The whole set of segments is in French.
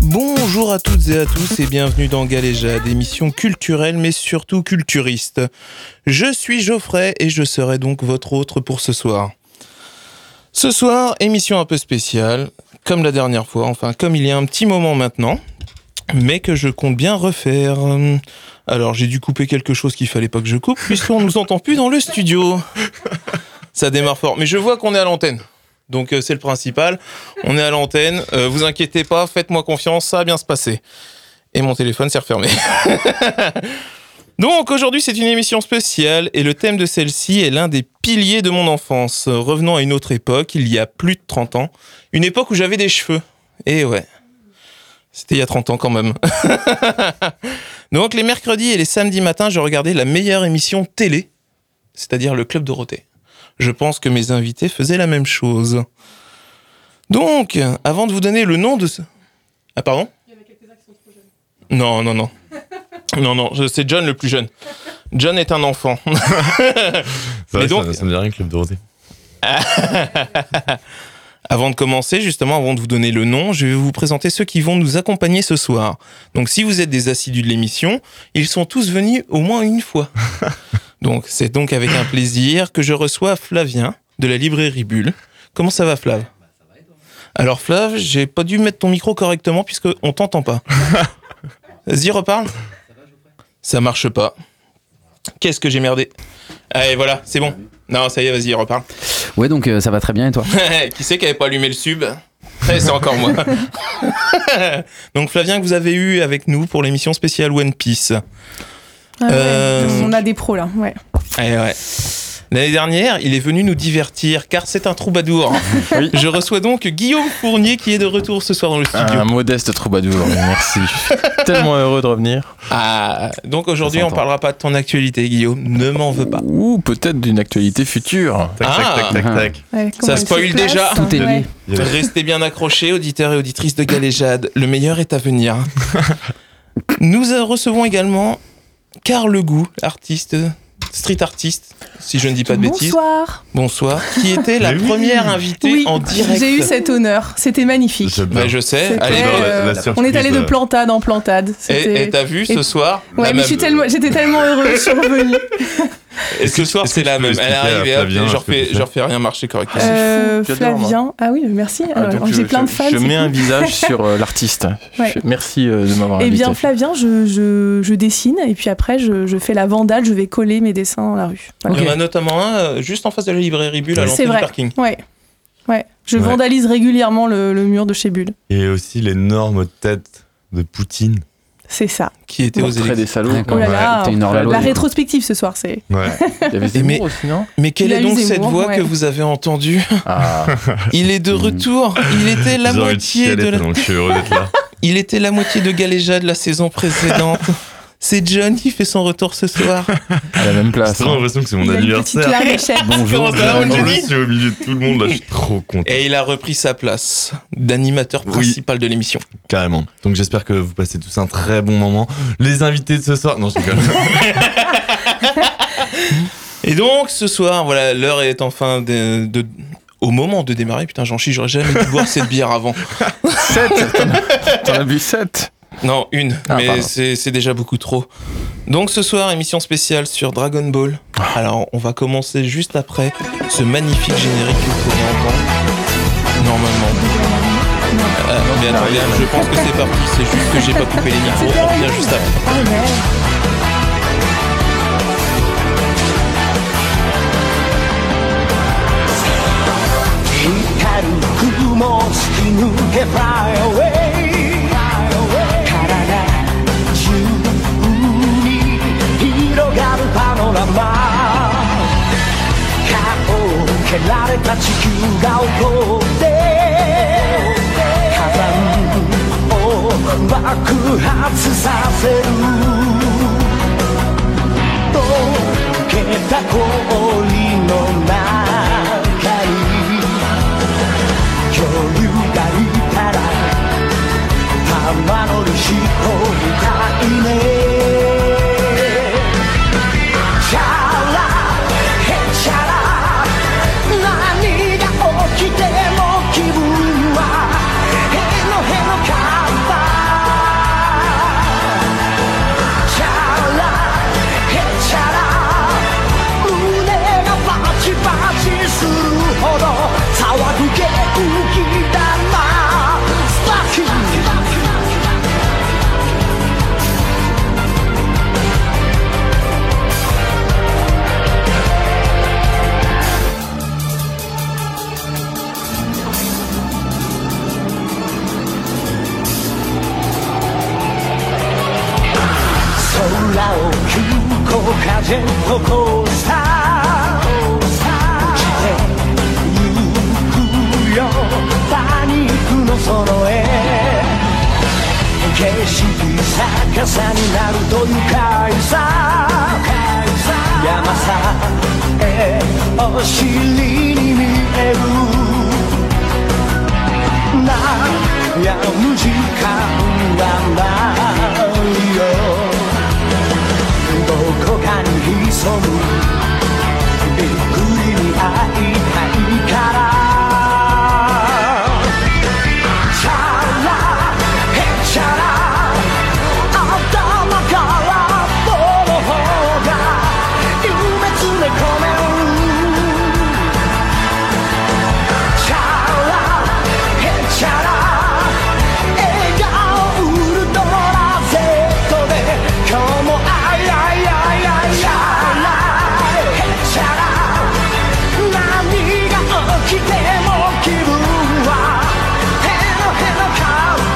Bonjour à toutes et à tous et bienvenue dans Galéjade, émission culturelle mais surtout culturiste. Je suis Geoffrey et je serai donc votre hôte pour ce soir. Ce soir, émission un peu spéciale, comme la dernière fois, enfin comme il y a un petit moment maintenant, mais que je compte bien refaire. Alors j'ai dû couper quelque chose qu'il fallait pas que je coupe puisqu'on nous entend plus dans le studio. Ça démarre fort, mais je vois qu'on est à l'antenne. Donc euh, c'est le principal. On est à l'antenne. Euh, vous inquiétez pas, faites-moi confiance, ça va bien se passer. Et mon téléphone s'est refermé. Donc aujourd'hui c'est une émission spéciale et le thème de celle-ci est l'un des piliers de mon enfance. Euh, Revenant à une autre époque, il y a plus de 30 ans. Une époque où j'avais des cheveux. Et ouais. C'était il y a 30 ans quand même. Donc les mercredis et les samedis matins, je regardais la meilleure émission télé, c'est-à-dire le Club Dorothée. Je pense que mes invités faisaient la même chose. Donc, avant de vous donner le nom de ce... Ah pardon Il y en a quelques-uns qui sont trop jeunes. Non, non, non. Non, non, je- c'est John le plus jeune. John est un enfant. C'est Mais vrai, donc- ça, ça me dit rien, Club Dorothée. Avant de commencer, justement, avant de vous donner le nom, je vais vous présenter ceux qui vont nous accompagner ce soir. Donc, si vous êtes des assidus de l'émission, ils sont tous venus au moins une fois. donc, c'est donc avec un plaisir que je reçois Flavien de la librairie Bulle. Comment ça va, Flav Alors, Flav, j'ai pas dû mettre ton micro correctement puisque on t'entend pas. Vas-y, reparle. Ça marche pas. Qu'est-ce que j'ai merdé Allez, voilà, c'est bon. Non, ça y est, vas-y, reparle. Ouais, donc euh, ça va très bien et toi qui c'est qui avait pas allumé le sub Eh, C'est encore moi. Donc Flavien que vous avez eu avec nous pour l'émission spéciale One Piece. Ah ouais, Euh, On a des pros là, ouais. Eh ouais. L'année dernière, il est venu nous divertir car c'est un troubadour. Je reçois donc Guillaume Fournier qui est de retour ce soir dans le studio. Un modeste troubadour, merci. Tellement heureux de revenir. Ah, donc aujourd'hui, Ça on s'entend. parlera pas de ton actualité, Guillaume. Ne m'en veux pas. Ou peut-être d'une actualité future. Euh, Tac, tac, Ah. tac, tac. Ouais, comment elle se spoil place, déjà. hein, Tout est ouais. lié. Restez bien accrochés, auditeurs et auditrices de Galéjade. Le meilleur est à venir. Nous euh, recevons également Carl Legou, artiste, street artiste, si je ne dis pas de bêtises. Bonsoir. Bonsoir. Qui était la Mais oui. première invitée Oui, en direct. j'ai eu cet honneur. C'était magnifique. Bah, je sais. C'était, Allez, euh, on est allé de plantade en plantade. et C'était- et t'as vu ce et- soir Ouais, la mais même- je suis tellement- j'étais tellement heureuse, je suis revenue. Et ce soir, est-ce c'est que la tu peux même. Elle est expliquer à arrivée, hop, Flavien et je ce que tu refais, fais je refais rien marcher correctement. Euh, hein. j'adore, moi. Flavien. Ah oui, merci. Alors, donc, j'ai je- plein de fans. Je c'est mets un cool. visage sur euh, l'artiste. Ouais. Je- Merci euh, de m'avoir Eh invité. bien, Flavien, je, je, je dessine et puis après, je, je fais la vandale, je vais coller mes dessins dans la rue. Voilà. Il y en a notamment un euh, juste en face de la librairie Bulle à C'est l'entrée du vrai. parking. Ouais. Ouais. Je Ouais. vandalise régulièrement le, le mur de chez Bulle. Et aussi l'énorme tête de Poutine. C'est ça. Qui était aux Portrait élections. des salauds. Ouais, Oh là là. T'es une hors la La loi. rétrospective ce soir, c'est. Ouais. Il y avait Et mais- Zemmour aussi, non Mais quelle Il a est eu donc Zemmour, cette voix ouais. que vous avez entendue Ah, Il est de Mm. retour. Il était la Ils auraient moitié chialé, de la... donc je suis heureux d'être là. Il était la moitié de Galéja de la saison précédente. C'est John qui fait son retour ce soir. à la même J'ai place. vraiment l'impression que c'est mon Il a une petite anniversaire. larmichette. Bonjour. Comment ça va, En Johnny plus, je suis au milieu de tout le monde là, je suis trop content. Et il a repris sa place d'animateur Oui. principal de l'émission. Carrément. Donc j'espère que vous passez tous un très bon moment. Les invités de ce soir. Non, je rigole. Et donc ce soir, voilà, l'heure est enfin de, de- au moment de démarrer. Putain, j'en chie, j'aurais jamais dû boire cette bière avant. 7 hein. T'en as bu 7 Non, une, Ah, mais pardon. c'est c'est déjà beaucoup trop. Donc ce soir, émission spéciale sur Dragon Ball. Alors, on va commencer juste après ce magnifique générique que vous pouvez entendre. Normalement. Euh, mais attendez, Ah, je pense que c'est parti. C'est juste que j'ai pas coupé les micros. On revient juste après. 光る雲を突き抜け Fly away 体中に広がるパノラマ顔を蹴られた地球が怒って火山を爆発させる溶けた氷の中に恐竜がいたら玉乗り飛行にたいねチャラへチャラ何が起きても気分はへのへのカンパ風と交差してゆくよパニックのその絵景色逆さになると愉快さ山さえお尻に見える悩む時間はないよどこかに潜むびっくりに会いたいからチャラへチャラ頭から棒の方が夢詰め込めるチャラへチャラ笑顔ウルトラ Z で今日もあいあいあいあいあいへチャラ何が起きても気分はヘロヘロカウン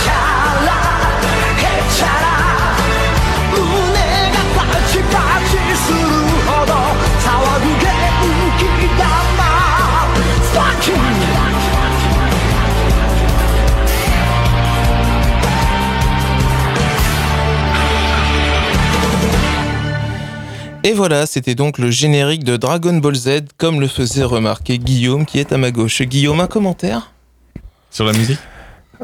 チャラへチャラ胸がパチパチするほど騒ぐ現実だなスパッキン Et voilà, c'était donc le générique de Dragon Ball Z, comme le faisait remarquer Guillaume qui est à ma gauche. Guillaume, un commentaire Sur la musique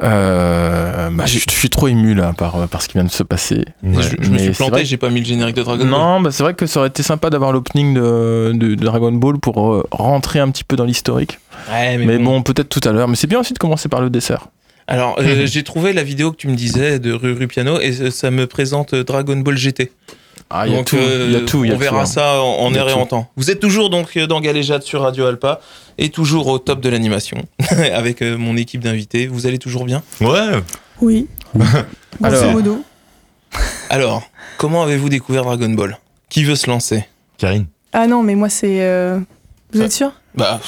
Euh, bah, je, je suis trop ému là par, euh, par ce qui vient de se passer. Ouais. je, je me suis Mais c'est vrai planté, que- j'ai pas mis le générique de Dragon Ball. Non, bah, c'est vrai que ça aurait été sympa d'avoir l'opening de, de- de Dragon Ball pour euh, rentrer un petit peu dans l'historique. Ouais, Mais, bon, peut-être tout à l'heure. Mais c'est bien aussi de commencer par le dessert. Alors, euh, j'ai trouvé la vidéo que tu me disais de Ruru Piano et euh, ça me présente euh, Dragon Ball GT. Ah, il y a Donc, tout. Il y a euh, tout. il y a on tout, verra hein. ça en, en Il y a air et tout. en temps. Vous êtes toujours donc euh, dans Galéjade sur Radio Alpa et toujours au top de l'animation avec euh, mon équipe d'invités. Vous allez toujours bien Ouais. Oui. Grosso Alors- modo. Alors, comment avez-vous découvert Dragon Ball Qui veut se lancer Karine. Ah non, mais moi, c'est. euh, Vous Ça- êtes sûr Bah,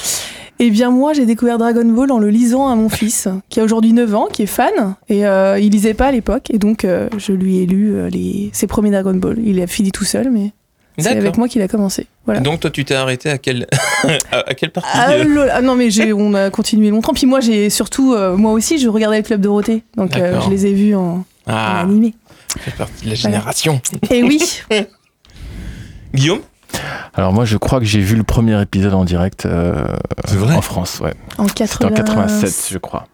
Eh bien, moi, j'ai découvert Dragon Ball en le lisant à mon fils, qui a aujourd'hui 9 ans, qui est fan, et euh, il lisait pas à l'époque, et donc euh, je lui ai lu euh, les... ses premiers Dragon Ball. Il a fini tout seul, mais c'est d'accord. avec moi qu'il a commencé. Voilà. Donc toi, tu t'es arrêté à quelle à, à quelle partie Ah, euh, lol. Ah non mais j'ai on a continué longtemps puis moi j'ai surtout euh, moi aussi je regardais le club Dorothée donc euh, D'accord. je les ai vus en, en Ah, animé. fait partie de la génération. Et oui, Guillaume Alors moi, je crois que j'ai vu le premier épisode en direct euh, C'est vrai en France. Ouais. en C'était en 87, 86, je crois.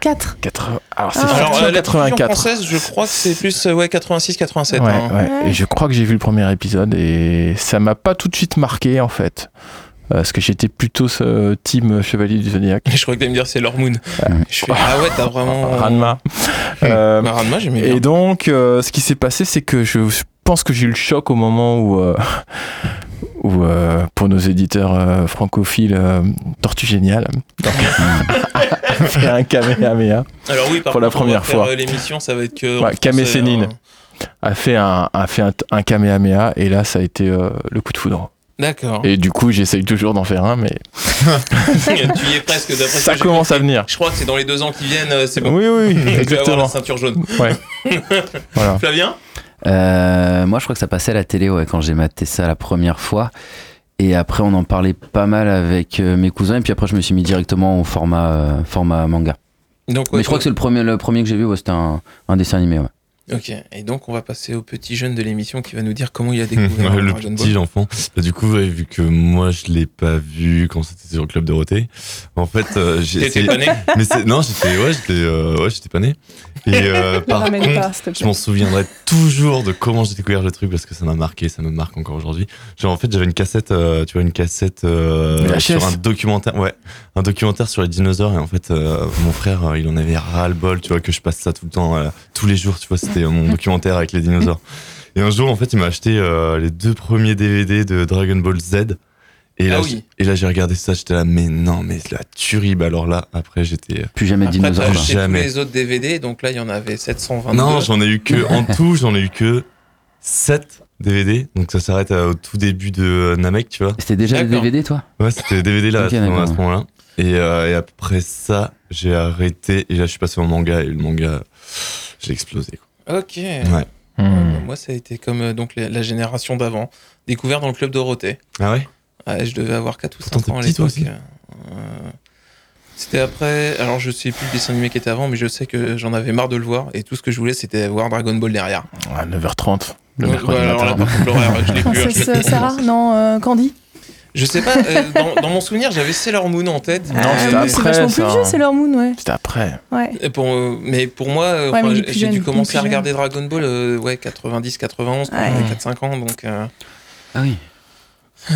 4. 80... Alors c'est Ah. sorti Alors, en euh, la version 84. française, je crois que c'est plus euh, ouais 86 87. Ouais, hein. ouais. Ouais. Et je crois que j'ai vu le premier épisode et ça m'a pas tout de suite marqué en fait. Euh, Parce que j'étais plutôt ce team Chevalier du Zodiac. Je crois que t'allais me dire c'est Lord Moon. Je fais, Ah. ah ouais, t'as vraiment. Ranma. Euh, Bah, Ranma, j'aimais bien. et donc, euh, ce qui s'est passé, c'est que je pense que j'ai eu le choc au moment où, euh, où euh, pour nos éditeurs euh, francophiles, euh, Tortue Géniale a fait un Kamehameha, Alors oui, par pour la contre, on première va faire, fois. euh, L'émission, ça va être que. Ouais, en Kamé français, Sénine. hein. a fait un, a fait un, un Kamehameha, et là, ça a été euh, le coup de foudre. D'accord. Et du coup, j'essaye toujours d'en faire un, mais tu y es presque. D'après ce ça que j'ai- commence à venir. Je crois que c'est dans les deux ans qui viennent. euh, C'est bon. Oui, oui, Tu vas avoir la exactement. ceinture jaune. Voilà. Flavien. Euh, moi, je crois que ça passait à la télé ouais, quand j'ai maté ça la première fois. Et après, on en parlait pas mal avec euh, mes cousins. Et puis après, je me suis mis directement au format, euh, format manga. Donc, ouais, Mais je crois que c'est le premier, le premier que j'ai vu. ouais, C'était un, un dessin animé. ouais. Ok. Et donc, on va passer au petit jeune de l'émission qui va nous dire comment il a découvert Ouais, le Dragon petit Ball. l'enfant. Et Du coup, ouais, vu que moi je l'ai pas vu quand c'était sur le club Dorothée, en fait, euh, j'ai T'étais c'est- pas né Mais c'est- non, j'étais ouais, j'étais euh, ouais, j'étais pas né. Et euh, Ne par ramène contre, pas s'il te je plaît. m'en souviendrai toujours de comment j'ai découvert le truc parce que ça m'a marqué, ça me marque encore aujourd'hui. Genre en fait, j'avais une cassette, euh, tu vois, une cassette euh, VHS. sur un documentaire, ouais, un documentaire sur les dinosaures et en fait, euh, mon frère, euh, il en avait ras le bol, tu vois, que je passe ça tout le temps, euh, tous les jours, tu vois, c'était mon documentaire avec les dinosaures. Et un jour, en fait, il m'a acheté euh, les deux premiers DVD de Dragon Ball Z. Et Ah là, oui. j- et là, j'ai regardé ça, j'étais là, mais non, mais la tuerie. Bah alors là, après, j'étais. Plus jamais de Après, t'as dinosaures. là. acheté tous Jamais. les autres DVD. Donc là, il y en avait 722. Non, j'en ai eu que, en tout, j'en ai eu que 7 DVD. Donc ça s'arrête euh, au tout début de euh, Namek, tu vois. C'était déjà le D'accord. DVD, toi Ouais, c'était DVD là, Ok, à ce moment- à ce d'accord. moment-là. Et, euh, et après ça, j'ai arrêté. Et là, je suis passé au manga. Et le manga, j'ai explosé. quoi. Ok. Ouais. Hmm, Euh, Moi, ça a été comme euh, donc la, la génération d'avant, découvert dans le club Dorothée. Ah ouais Ouais, je devais avoir 4 ou Pourtant, 5 t'es ans à petit, toi l'époque. Euh, C'était après, alors je sais plus le dessin animé qui était avant, mais je sais que j'en avais marre de le voir et tout ce que je voulais c'était voir Dragon Ball derrière. À 9h30, le Ouais, mercredi ouais, alors là, matin. par contre, l'horaire, je l'ai plus, hein, je Princesse euh, l'ai- Sarah Non, euh, Candy Je sais pas, euh, dans, dans mon souvenir j'avais Sailor Moon en tête. Non, Euh, c'était Ah, oui, c'est après, vachement ça. plus vieux, c'est leur Moon, ouais. C'était après. ouais. Et pour, euh, mais pour moi, euh, Ouais, mais enfin, il est j'ai plus j'ai jeune, il dû est commencer à plus jeune. regarder Dragon Ball euh, ouais, 90, 91, quand Ouais. j'avais 4-5 ans. Donc, euh, Ah oui.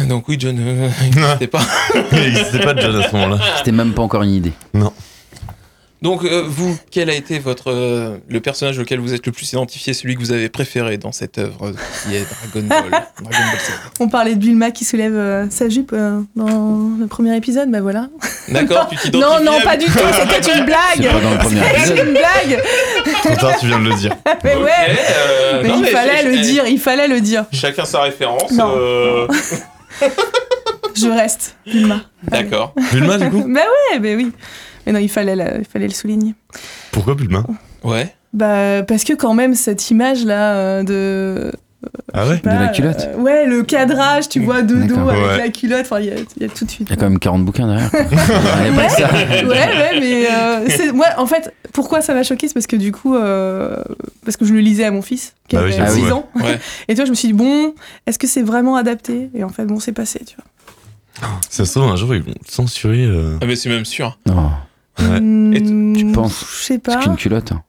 donc oui, John, euh, il n'existait pas. Il n'existait pas de John à ce moment-là. C'était même pas encore une idée. Donc euh, vous, quel a été votre euh, le personnage auquel vous êtes le plus identifié, celui que vous avez préféré dans cette œuvre qui est Dragon Ball, Dragon Ball Z. On parlait de Bulma qui soulève euh, sa jupe euh, dans le premier épisode, bah voilà. D'accord, tu t'identifies. Non, non, à- pas du tout, c'était C'est une pas dans le blague premier C'était épisode. une blague Trop tard, tu viens de le dire. Mais Ok, ouais euh, Mais non, il mais fallait je- le je- dire, il fallait le dire. Chacun sa référence. Non. euh, Je reste, Bulma. D'accord. Bulma, du coup bah ouais, bah oui. Mais non, il fallait, la- il fallait le souligner. Pourquoi Bulma Ouais. Bah, parce que quand même, cette image-là euh, de. Ah ouais je sais De la pas, culotte. euh, Ouais, le cadrage, tu vois, de dos D'accord. avec Ouais. la culotte, enfin, il y, a- il y a tout de suite. Il y a quand même 40 bouquins derrière. quoi. Il y a pas que ça. ouais, ouais, mais euh, c'est- moi, en fait, pourquoi ça m'a choqué, c'est parce que du coup, euh, parce que je le lisais à mon fils, qui Bah oui, avait j'avoue, 6 ouais. ans. Ouais. Et toi, je me suis dit, bon, est-ce que c'est vraiment adapté Et en fait, bon, c'est passé, tu vois. Ça se trouve, un jour, ils vont censurer. euh, Ah, mais c'est même sûr. Non, Ouais. Et Hmm, tu penses Je sais c'est pas. qu'une culotte. hein.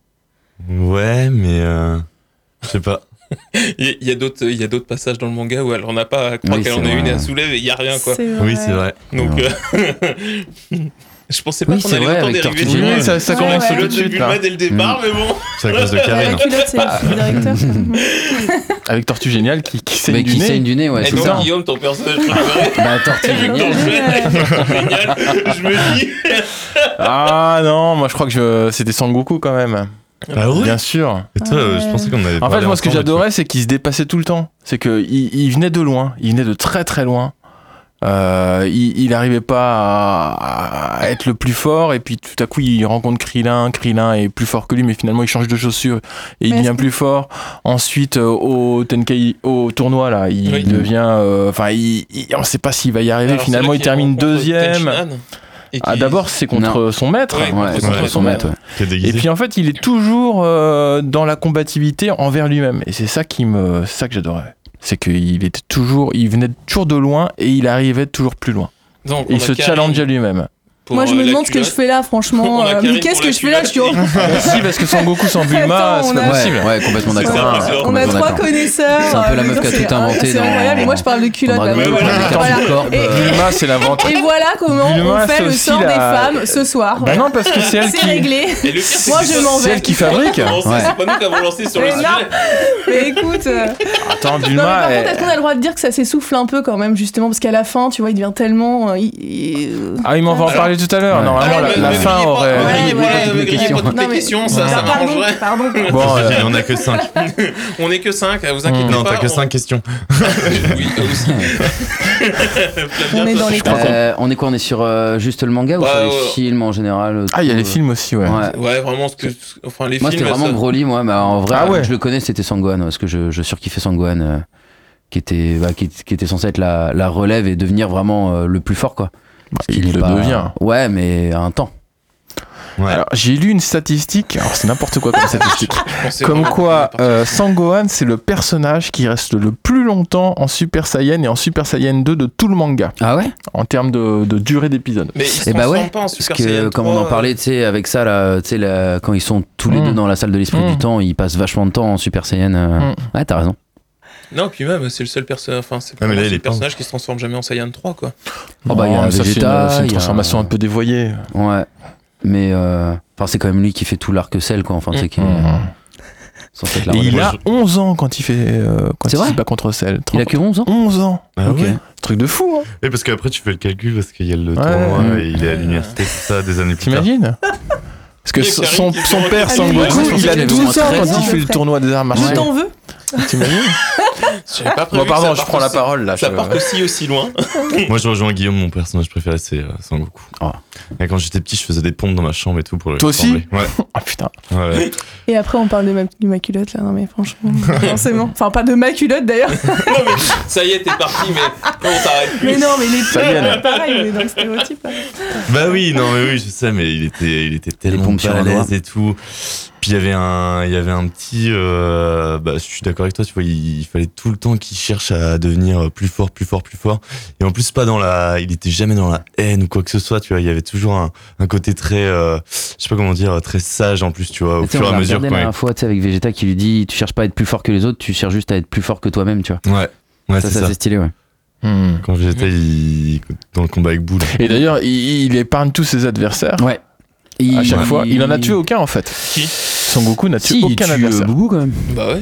Ouais, mais. euh, Je sais pas. Il y- il y a d'autres, il y a d'autres passages dans le manga où elle en a pas, à croire Oui, qu'elle c'est en a une vrai. et elle soulève et il y a rien quoi. C'est Oui, c'est vrai. Donc, Ouais. euh, je pensais pas Oui, qu'on c'est allait vrai, autant avec dériver. Tortue Mm. sur Géniale. la- Oui, ça, ça Ouais, sur commence ouais. la tout culotte de de suite, là. Bulma dès le départ, mais bon. C'est à cause de Ouais, Karine. la culotte, c'est le film directeur. Avec Tortue Géniale qui, qui saigne Mais du qui nez. saigne du nez, ouais, Et c'est donc, ça. Guillaume, ton personnage préféré, Bah, tortue vu que géniale. t'enchaînes, génial, je me dis. Ah non, moi je crois que je... c'était Sangoku quand même. Ah ouais Bien sûr. Et toi, euh, je pensais qu'on avait En fait, parlé moi ce que ensemble et tout. j'adorais, c'est qu'il se dépassait tout le temps. C'est que il, il venait de loin, il venait de très très loin. Euh, il, il arrivait pas à, à être le plus fort et puis tout à coup il rencontre Krillin, Krillin est plus fort que lui mais finalement il change de chaussures et il Mais devient est-ce- plus fort. Ensuite euh, au Tenkei, au tournoi là, il Oui. devient, euh, enfin il, il- on sait pas s'il va y arriver. Alors, c'est finalement là il qu'il termine rencontre deuxième. Tenshinhan, et Ah, qui- D'abord, c'est contre son maître. Ouais, Ouais, contre c'est son son maître. maître, ouais. T'es déguisé. Et puis en fait, il est toujours euh, dans la combativité envers lui-même. Et c'est ça qui me, c'est ça que j'adorais. C'est qu'il était toujours, il venait toujours de loin et il arrivait toujours plus loin. Donc, Et on il a se Karine challengeait lui-même. pour, Moi, je euh, me la demande ce que je culotte. fais là, On franchement. a euh, Karine Mais qu'est-ce pour que la je fais là Je suis en- culotte. Ah, bah, si, parce que sans Goku, sans Bulma, Attends, c'est on pas a- possible. Ouais, ouais, complètement C'est ça, d'accord. c'est vrai. On a Complètement trois d'accord. connaisseurs. C'est un peu la euh, meuf qui a c'est- tout inventé C'est dans- incroyable. Et moi, je parle de culotte. Dans Dragon là, Ball, voilà. Tortue Voilà. Corp, Et- euh, Bulma, c'est l'inventeur. Et voilà comment Bulma, on c'est fait le aussi sort la- des femmes ce soir. Bah non, parce que c'est elle C'est qui, réglé. Et le pire, c'est Moi, que je c'est- m'en vais. c'est elle qui fabrique. Non, c'est- Ouais. C'est pas nous qui avons lancé sur le Mais sujet. non. Mais écoute. euh, Non, mais par Attends, Bulma. contre, elle- est-ce qu'on a le droit de dire que ça s'essouffle un peu quand même, justement Parce qu'à la fin, tu vois, il devient tellement. euh, il- il- euh, Ah, il m'en va en Alors- parler tout à l'heure. Ouais. Normalement, Ah, la, mais la ne fin grillez pas- aurait. ne Ouais, grillez pas ouais, toutes ouais, les questions, ouais. toutes les questions, ça, ça pardon, m'arrangerait. pardon. Bon, euh, Il en a que 5. On est que 5, vous inquiétez pas. Non, t'as que on- 5 questions. Oui, aussi. Flavien, On est toi, dans les Je crois qu'on- Euh, on est quoi On est sur euh, juste le manga ou Ouais, sur les ouais. films en général euh, Bah, ah, il y a tout, les euh, films aussi, ouais. ouais. Ouais, vraiment, ce que, enfin, les Moi, films. c'était vraiment ça- Broly, moi, mais en vrai, Ah ouais. je le connais, c'était Sangohan, parce que je, je surkiffais Sangohan, euh, qui, était, bah, qui, qui était censé être la, la relève et devenir vraiment euh, le plus fort, quoi. Parce il qu'il est le devient. Ouais, mais à un temps. Ouais. Alors, j'ai lu une statistique. Alors, c'est n'importe quoi comme statistique. on sait Comme vraiment quoi, qu'on est parti. euh, Sangohan, c'est le personnage qui reste le plus longtemps en Super Saiyan et en Super Saiyan 2 de tout le manga, Ah ouais en termes de, de durée d'épisode. Mais ils se Eh bah transforment ouais, pas en Parce Super que, Saiyan euh, comme on en 3, euh. parlait, tu sais, avec ça, là, tu sais, là, quand ils sont tous les Mm. deux dans la salle de l'esprit Mm. du temps, ils passent vachement de temps en Super Saiyan. euh. Mm. Ouais, t'as raison. euh, Non, puis même, c'est le seul personnage. Enfin, c'est Ah, mais là, c'est il le est pas- personnage qui se transforme jamais en Saiyan 3, quoi. Oh, bah, il y a Non, un mais ça, c'est une, Vegeta, c'est une il y a- transformation un peu dévoyée. Ouais. Mais, euh, enfin, c'est quand même lui qui fait tout l'arc sel, quoi. Enfin, c'est qui euh, est Mm. censé être la Et relève. il moi, a 11 ans quand il fait, euh, quand C'est il se vrai bat contre Cell. Il a que 11 ans 11 ans. Ah Ok. Bah, ouais. Truc de fou, hein. Et parce qu'après, tu fais le calcul parce qu'il y a le Ouais. tournoi et il est à l'université, tout ça, des années plus tard. T'imagines Parce que Il y a son, Karine qui son se père Ah, Sangoku, mais- il a Ouais, 12 ans ouais, quand ouais. il fait le tournoi des arts Je martiaux. t'en veux T'imagines J'avais pas Bon, prévu pardon, que ça je prends la parte parole là. aussi- Ça je- part aussi aussi loin. Moi, je rejoins Guillaume, mon personnage préféré, c'est euh, Sangoku. Ah. Et quand j'étais petit, je faisais des pompes dans ma chambre et tout pour le. Toi aussi ressembler. Ouais. Ah putain. ouais. Et après, on parle de ma, de ma culotte, là. Non, mais franchement, forcément. Enfin, pas de ma culotte, d'ailleurs. non, mais ça y est, t'es parti, mais on t'arrête plus. Mais non, mais les Ça y est, là. pareil, on est dans le stéréotype. là. Bah oui, non, mais oui, je sais, mais il était, il était Les tellement pompes sur pas à un doigt. l'aise et tout. Puis il y avait un, il y avait un petit, euh, bah, je suis d'accord avec toi, tu vois, il, il fallait tout le temps qu'il cherche à devenir plus fort, plus fort, plus fort. Et en plus, pas dans la, il était jamais dans la haine ou quoi que ce soit, tu vois, il y avait toujours un, un côté très, euh, je sais pas comment dire, très sage en plus, tu vois, au Tu sais, fur et on à l'a mesure. regardé quand la dernière fois tu sais, avec Vegeta qui lui dit Tu cherches pas à être plus fort que les autres, tu cherches juste à être plus fort que toi-même, tu vois. il- Ouais, ouais, ça, c'est c'est ça. assez stylé, ouais. Hmm. Quand j'étais il- dans le combat avec Boule. Et d'ailleurs, il, il épargne tous ses adversaires. Ouais. À chaque fois, il en a tué aucun en fait. Qui Son Goku n'a tué Si, il aucun tue euh, adversaire. Boubou quand même. Bah ouais.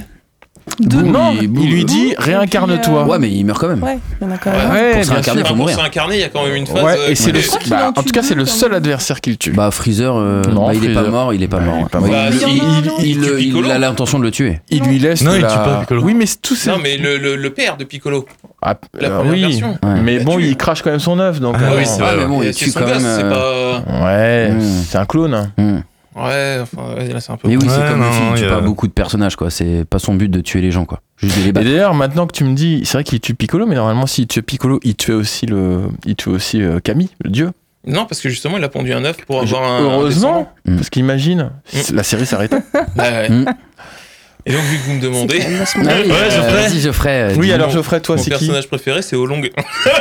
Deux. Boubou, non, Boubou- il lui dit réincarne-toi. Ouais, mais il meurt quand même. euh, Ouais, il y en a quand même. Ouais, Pour se bien réincarner, sûr. faut mourir. C'est incarné, il y a quand même une phase. Ouais, euh, et c'est le. Je crois qu'il bah, en en tout cas, tue c'est le deux, quand seul même. adversaire qu'il tue. Bah, Freezer, euh, Non, bah, il est pas Freezer. mort, il est pas Ouais, mort. il est ouais. pas Bah, mort. Bah, il- si, il- il- il il- tue il- Piccolo. il a l'intention de le tuer. Il lui laisse. Non, de il la- tue pas Piccolo. Oui, mais c'est tout ça. Non, mais le, le, le père de Piccolo. la première euh, oui. version. Ouais. Mais Bah, bon, tu- il crache quand même son œuf, donc. Ah euh, oui, c'est vrai. Ah, mais bon, il Et tue son quand gosse, même. c'est euh, pas. Ouais, Mm. c'est un clone. hmm. Ouais, enfin, ouais, là, c'est un peu. Mais oui, c'est Ouais, comme le non, film, non, il tue il y a- pas beaucoup de personnages, quoi. C'est pas son but de tuer les gens, quoi. Juste de les Et battre. d'ailleurs, maintenant que tu me dis, c'est vrai qu'il tue Piccolo, mais normalement, s'il tuait Piccolo, il tuait aussi le, il tuait aussi euh, Camille, le dieu. Non, parce que justement, il a pondu un œuf pour avoir un. Heureusement, Mm. parce qu'imagine, c'est- la série s'arrêtait. un descendant. Ouais, ouais. Mm. Et donc, vu que vous me demandez, Ouais, Ouais, Geoffrey. Ah Vas-y, Geoffrey. euh, oui, dis- alors mon- Geoffrey, toi, mon c'est qui personnage préféré, c'est Olong.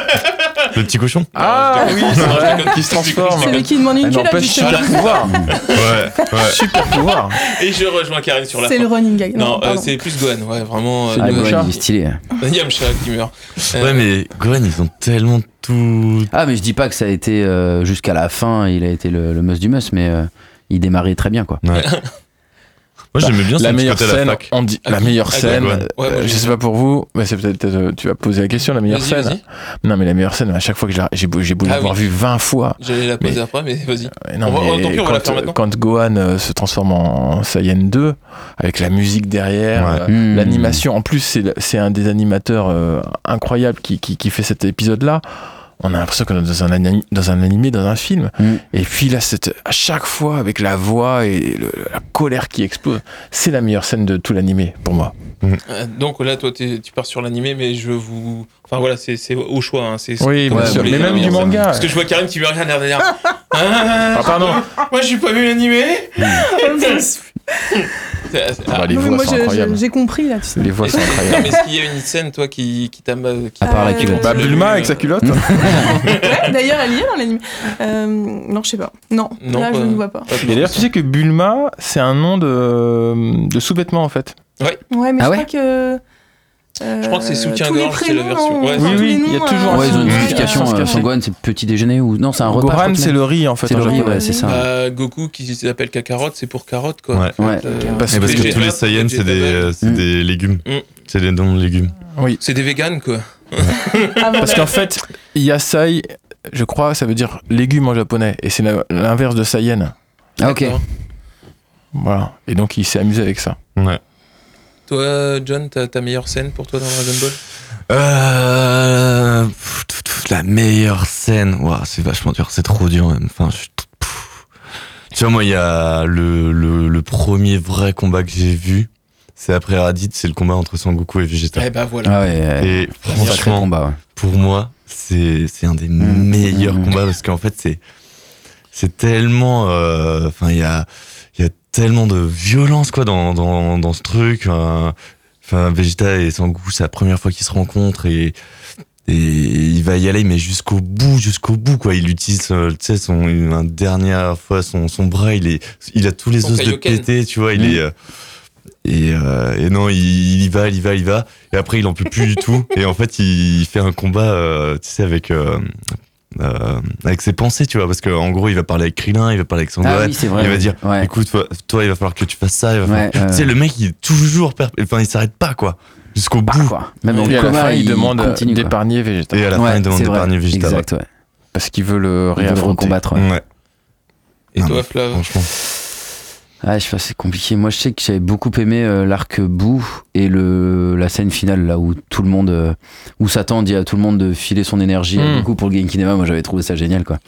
Le petit cochon Ah Non, je oui, déconne, c'est je vrai, déconne, qui je se déconne, transforme. je déconne. Celui qui demande une Elle culotte, n'empêche justement. super pouvoir. Ouais, ouais. Super pouvoir. Et je rejoins Karine sur la C'est fin. le running gag. Non, Non, euh, pardon. c'est plus Gohan, ouais, vraiment. C'est Ah, euh, Yamcha. Gohan, il est stylé. Yamcha qui meurt. Euh, Ouais, mais Gohan, ils ont tellement tout. Ah, mais je dis pas que ça a été euh, jusqu'à la fin, il a été le, le must du must, mais euh, il démarrait très bien, quoi. Ouais. Moi, j'aimais bien La ce petit meilleure côté à scène, la fac. on dit Ah, la qui- meilleure ah, scène. Gohan. euh, Ouais, ouais, je j'ai- sais pas pour vous, mais c'est peut-être euh, tu vas poser la question la meilleure Vas-y, scène. vas-y. Non, mais la meilleure scène à chaque fois que je la- j'ai beau, j'ai beau Ah l'avoir oui. vue 20 fois. J'allais la poser Mais- après, mais vas-y. Mais Bah non, On va- mais tant pis, on va la quand, faire maintenant. quand Gohan euh, se transforme en Saiyan 2, avec la musique derrière, Ouais. euh, Hmm. l'animation, en plus c'est- c'est un des animateurs euh, incroyables qui, qui, qui fait cet épisode-là. On a l'impression qu'on est dans un, ani- dans un animé, dans un film. Hmm. Et puis là, cette, à chaque fois, avec la voix et le- la colère qui explose, c'est la meilleure scène de tout l'animé, pour moi. Euh, Donc là, toi, t'es- tu pars sur l'animé, mais je vous. Enfin voilà, c'est c'est au choix. hein, c'est- c'est Oui, comme bien vous sûr. voulez, mais la même du meilleure scène. manga. Parce que je vois Karine qui me regarde derrière. Ah, Ah, pardon. Moi, j'ai pas vu l'animé. C'est- c'est- Ah bah, les Non, mais voix moi, sont j'ai- incroyables. j'ai- j'ai compris, là, tu sais. Les voix Est-ce sont que- non, incroyables. mais est-ce qu'il y a une scène, toi, qui, qui t'a. euh, qui- À part la Euh, culotte. Bah, Bulma avec sa culotte. Ouais, D'ailleurs, elle y est dans l'anime. Euh, non, je sais pas. Non, Non, là, pas- je ne vois pas. Pas plus Et d'ailleurs, que tu sais que Bulma, c'est un nom de, de sous-vêtement en fait. Ouais, mais Ah je ouais crois que. euh, Je crois que c'est soutien-gorge, c'est la version. Ouais, Ouais, Oui, oui, il y a toujours Ouais, ils ont une Ouais, explication. ouais, euh, ouais. Son Gohan, c'est petit déjeuner ou. Non, c'est un repas. je crois Gohan, que c'est le riz en fait. C'est en le riz, japonais. ouais, c'est ça. Bah, Goku qui s'appelle Kakarot, c'est pour carotte quoi. Ouais. Ouais. Euh, Parce Et parce que Vegeta, tous les Saiyans, c'est des, Vegeta, euh, c'est Mm. des légumes. Mm. C'est des noms de légumes. Oui. C'est des véganes quoi. Parce qu'en fait, yasai, je crois, ça veut dire légume en japonais. Et c'est la- l'inverse de Saiyan. Ah, ok. D'accord. Voilà. Et donc, il s'est amusé avec ça. Ouais. Toi, John, t'as ta meilleure scène pour toi dans Dragon Ball Euh, pff, pff, pff, la meilleure scène. Waouh, c'est vachement dur. C'est trop dur même. Enfin, je suis tout- pff. Tu vois, moi, il y a le, le, le premier vrai combat que j'ai vu. C'est après Raditz, c'est le combat entre Sangoku et Vegeta. Eh bah voilà. Ah ouais. Et euh, Sacré franchement, combat, ouais. pour moi, c'est c'est un des Mm. meilleurs Mm. combats parce qu'en fait, c'est c'est tellement, euh, enfin, il y a il y a tellement de violence quoi dans dans dans ce truc. euh, Enfin, Vegeta et Sangoku, c'est la première fois qu'ils se rencontrent et et il va y aller mais jusqu'au bout, jusqu'au bout quoi. Il utilise, euh, tu sais, son une dernière fois son son bras, il est, il a tous les Son os de Kaioken. pété, tu vois, il Mm. est euh, et, euh, et non, il, il y va, il y va, il y va. Et après, il en peut plus du tout. Et en fait, il fait un combat, euh, tu sais, avec, euh, euh, avec ses pensées, tu vois. Parce qu'en gros, il va parler avec Krillin, il va parler avec son Ah gosse. oui, c'est vrai. il va dire, Ouais. Écoute, toi, toi, il va falloir que tu fasses ça. il va falloir- Ouais, euh, Tu sais, le mec, il est toujours. perp- Enfin, il s'arrête pas, quoi. Jusqu'au bah, bout. quoi. Même dans Et le à la fin, coma, il, demande euh, continue, quoi. d'épargner Vegeta. Et à la Ouais, fin, il demande c'est vrai. d'épargner Vegeta. Exact, ouais. Parce qu'il veut le Ils veulent réaffronter. recombattre. ouais. Ouais, Et Non, toi, mais Flav franchement. Ah, je sais pas, c'est compliqué. Moi, je sais que j'avais beaucoup aimé euh, l'arc bout et le, la scène finale, là où tout le monde, euh, où Satan dit à tout le monde de filer son énergie. Mm. Du coup, pour le Genkinema, moi, j'avais trouvé ça génial, quoi.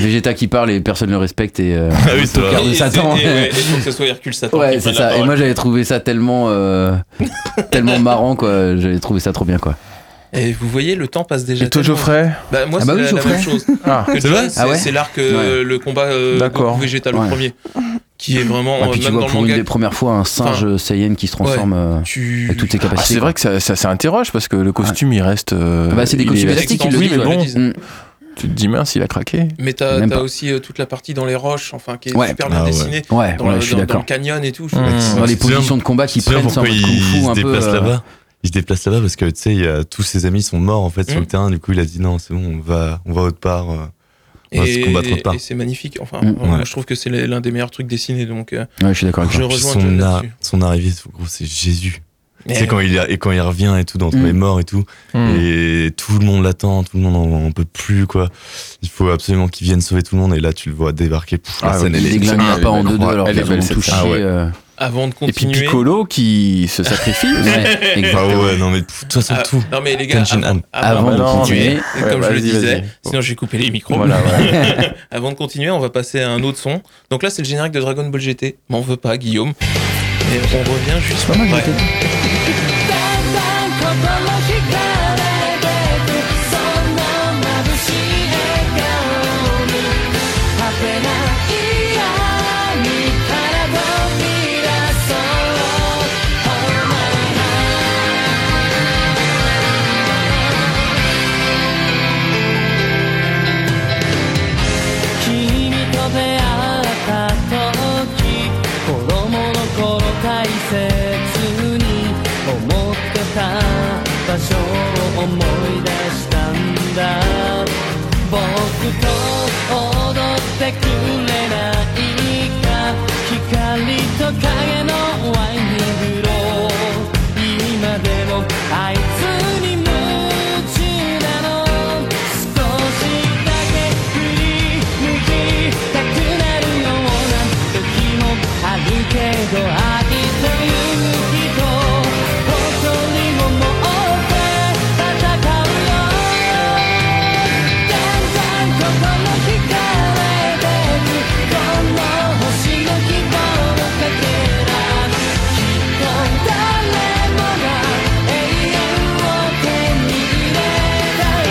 Vegeta qui parle et personne ne le respecte et. euh, Ah oui, c'est vrai. Tocard de Satan. Et, et- eh ouais, et faut que ce soit Hercule Satan. Ouais, qui prenne c'est la ça. Et parole. moi, j'avais trouvé ça tellement, euh, tellement marrant, quoi. J'avais trouvé ça trop bien, quoi. Et vous voyez, le temps passe déjà. Et toi, tellement- Geoffrey Bah, moi, c'est Ah bah oui, la- la, Geoffrey. même chose. Ah, Que C'est John, vrai c'est Ah ouais c'est l'arc, euh, le combat euh, D'accord. Goku Vegeta, le Ouais. premier, qui est vraiment, Ah, euh, puis tu même vois, dans le pour une manga, des premières fois, un singe Saiyan qui se transforme euh, tu... avec toutes ses Ah, capacités. c'est vrai que ça, ça, ça interroge parce que le costume il reste. euh, Ah bah, c'est des il est costumes Les élastiques, textes ils le en oui, jaune, mais ils le bon, disent. Mm. tu te dis mince, il a craqué. Mais t'as Même t'as pas. aussi euh, toute la partie dans les roches, enfin, qui est Ouais. super bien Ah ouais. dessinée. Ouais, Dans, ouais, le, je suis dans- dans le d'accord. canyon et tout. je- Mm. Ouais, Dans les c'est bien. positions de combat qu'ils Tu sais prennent, ça en pourquoi mode kung il fu se un peu. déplace euh, là-bas Il se déplace là-bas parce que tu sais, il y a tous ses amis sont morts en fait sur Mm. le terrain. Du coup, il a dit non, c'est bon, on va, on va autre part. euh. Et, On va se combattre autre part. et c'est magnifique. Enfin, Mm. moi, Ouais. je trouve que c'est l'un des meilleurs trucs dessinés. Donc, euh, Ouais, je suis d'accord avec Je toi. Puis rejoins John son, a- là-dessus. son arrivée, c'est- gros, c'est Jésus. Mais- Tu sais quand il a- et quand il revient et tout, dans Mm. les morts et tout, Hmm. et tout le monde l'attend, tout le monde en, en peut plus quoi. Il faut absolument qu'il vienne sauver tout le monde. Et là, tu le vois débarquer. Pouf, la Ah, scène, ouais, elle Il est- déglingue Ah, un elle pas est en belle. deux deux alors Elle est qu'ils belle, vont cette touché. scène. Ah ouais. euh, Avant de Et puis continuer. Piccolo qui se sacrifie. ouais, Ah exactement. ouais, non mais de toute façon Ah, tout. ah, non, mais les gars, Tenjin avant, Han. Avant avant de non, mais- continuer. Et comme Ouais, je le vas-y, disais, vas-y. sinon j'ai coupé les micros. Voilà, ouais. Avant de continuer, on va passer à un autre son. Donc là, c'est le générique de Dragon Ball GT. M'en veux pas, Guillaume. Et on revient juste Pas mal, après. GT. だんだん心惹かれてくそんな眩しい笑顔に果てない闇から飛び出そう君と出会った時子供の頃大切に思ってた場所を思い出したんだ僕と踊ってくれないか光と影のワイニングロー今でもあいつに夢中なの少しだけ振り向きたくなるような時もあるけど愛という人誇りを持って戦うよだんだん心惹かれてくこの星が大好きこの星の希望のかけらきっと誰もが永遠を手に入れたい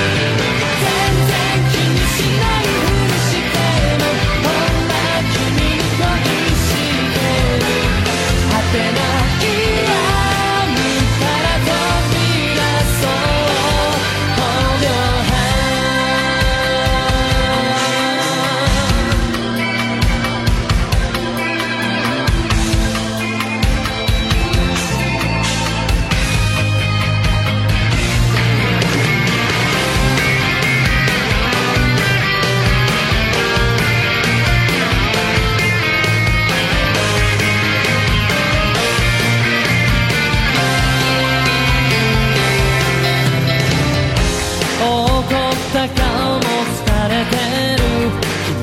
全然気にしないふりしてもほら君に恋してる果てない闇から飛び出そう放量怒った顔も疲れてる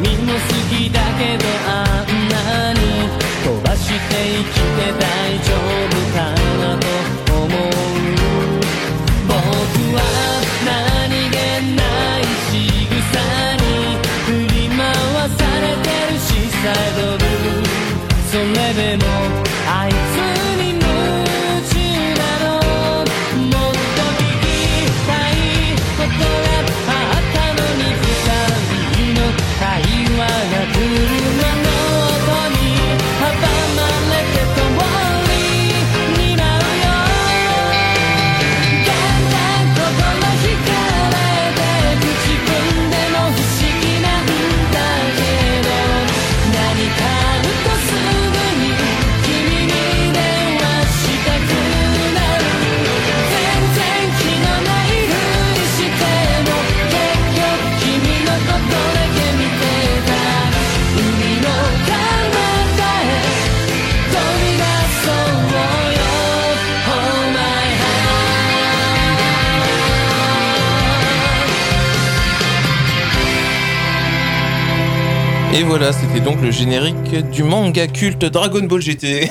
君も好きだけどあんなに飛ばして生きて大丈夫かなと思う僕は何気ない仕草に振り回されてるしさえどるそれでもあいつに夢中なのもっと聞きたいことがあったのに二人の会話が車の音に阻まれて通りになるよだんだん心惹かれてく自分でも不思議なんだけど何かあるとすぐに気 Et voilà, c'était donc le générique du manga culte Dragon Ball GT.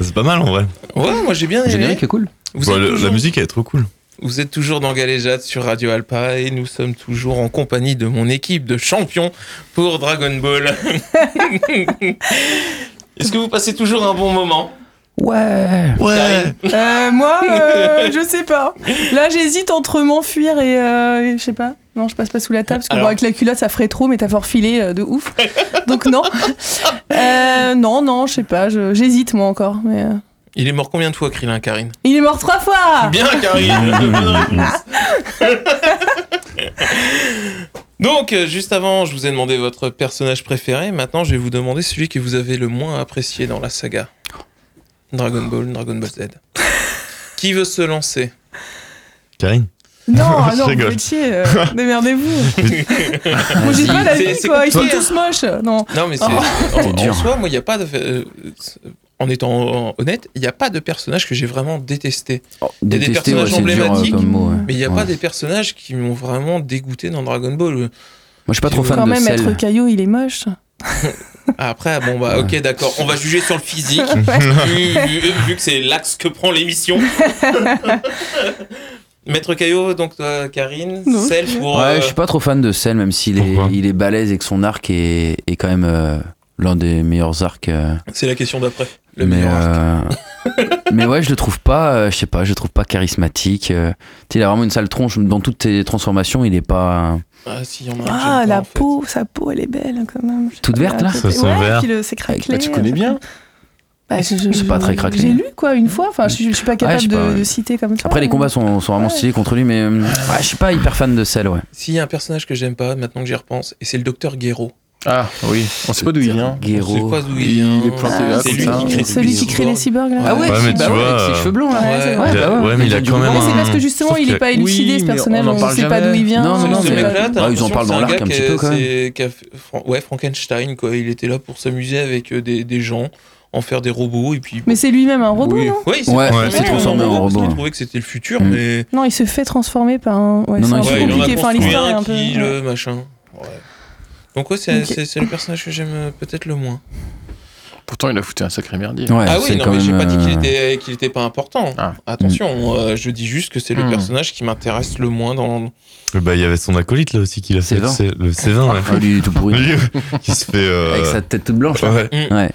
C'est pas mal en vrai. Ouais, moi j'ai bien aimé. Générique est cool. Vous, Bah, êtes le- toujours, La musique elle est trop cool. vous êtes toujours dans Galéjade sur Radio Alpa et nous sommes toujours en compagnie de mon équipe de champions pour Dragon Ball. Est-ce que vous passez toujours un bon moment Ouais. Karine Euh, moi, euh, je sais pas. Là, j'hésite entre m'enfuir et euh, et je sais pas. Non, je passe pas sous la table parce que bon, Alors. avec la culotte, ça ferait trop, mais t'as fort filé euh, de ouf. Donc non. Euh, non, non, je sais pas. je- J'hésite moi encore. Mais euh. Il est mort combien de fois, Krillin Karine il est mort trois fois. Bien, Karine Bonne réponse. Donc, euh, juste avant, je vous ai demandé votre personnage préféré. Maintenant, je vais vous demander celui que vous avez le moins apprécié dans la saga Dragon Ball, Dragon Ball Z. Qui veut se lancer Karine Non, Je non, vous rigole. faites chier, euh, démerdez-vous. moi, j'ai pas C'est- d'avis c'est quoi. Ils sont compliqué, tous moches. Non. Non, mais c'est. Oh. en- en, dur. soi, moi, il n'y a pas de. euh, en étant euh, honnête, il n'y a pas de personnage que j'ai vraiment détesté. des Oh, Détester, personnages c'est dur, euh, emblématiques, comme mot, ouais. Mais il n'y a Ouais. pas des personnages qui m'ont vraiment dégoûté dans Dragon Ball. Moi, je suis pas trop Quand fan Quand de même, sel. être caillou, il est moche. Ah, Après, bon, bah, ok, d'accord. On va juger sur le physique, vu, vu- vu que c'est l'axe que prend l'émission. Maître Caillot, donc toi, Karine, Non. celle pour. Ouais, euh, je suis pas trop fan de Cell, même s'il est, Pourquoi il est balèze et que son arc est, est quand même euh, l'un des meilleurs arcs. euh, C'est la question d'après. Le mais, meilleur arc. euh, mais ouais, je le trouve pas, euh, je sais pas, je le trouve pas charismatique. euh. Tu sais, il a vraiment une sale tronche. Dans toutes tes transformations, il est pas. euh, Ah, si, il y en a un que Ah, j'aime pas, la en fait. peau, sa peau, elle est belle quand même. Je sais Toute pas, verte, là côté- Ça sent ouais, vert. Puis le, c'est craquelé. Bah, tu connais bien. Bah, je, C'est je- je- pas très craquelé. J'ai lu quoi une fois. Enfin, je, je suis pas capable je sais pas, de, ouais. de citer comme ça. Après, les combats sont, sont vraiment Ouais. stylés contre lui, mais euh, ouais, je suis pas hyper fan de Cell, ouais. S'il y a un personnage que j'aime pas, maintenant que j'y repense, et c'est le docteur Guéraud. Ah oui, on sait pas d'où il vient. Je sais Guéro. pas d'où il Il vient. est planté Ah, là, C'est comme lui ça. hein, qui crée, Celui qui crée les cyborgs. Là. Ah ouais, Ouais, mais tu vois, avec euh, ses cheveux blancs là. Ah, Ouais, c'est Ouais, vrai. Il a- bah ouais, ouais, mais il a du quand coup, même Mais c'est parce que un. justement, Sauf il est que- pas élucidé Oui, ce mais on personnage, en on, parle sait pas jamais. d'où il vient. Non, non, on non, sait ce mais- pas. mec-là, t'as Ah, ils en l'impression que parlent c'est dans un l'arc gars un qui petit a- peu, quand même. c'est- qui a fait- Fran- ouais, Frankenstein, quoi. Il était là pour s'amuser avec euh, des, des gens, en faire des robots, et puis. Mais c'est lui-même un robot, Oui. non Oui, Ouais, transformé il s'est transformé en parce qu'il robot. trouvait que c'était le futur, Mm. mais. Non, il se fait transformer par un. Ouais, Non, c'est non, un il peu se fait- il en a compliqué. Enfin, construit l'histoire est un un peu. qui ouais. le machin. Ouais. Donc ouais, c'est Ok. c'est- c'est le personnage que j'aime euh, peut-être le moins. Pourtant, il a foutu un sacré merdier. Ouais, ah c'est oui, non quand mais j'ai même, pas dit euh, Mm. qu'il était qu'il était pas important. Ah. Attention, euh, je dis juste que c'est le Mm. personnage qui m'intéresse le moins dans. Bah, il y avait son acolyte là aussi qui l'a fait. Sévin. c'est- Le C20, ouais. Ah, lui, il est tout pourri. Lui, qui se fait. euh, Avec sa tête toute blanche. là. ouais, Ouais,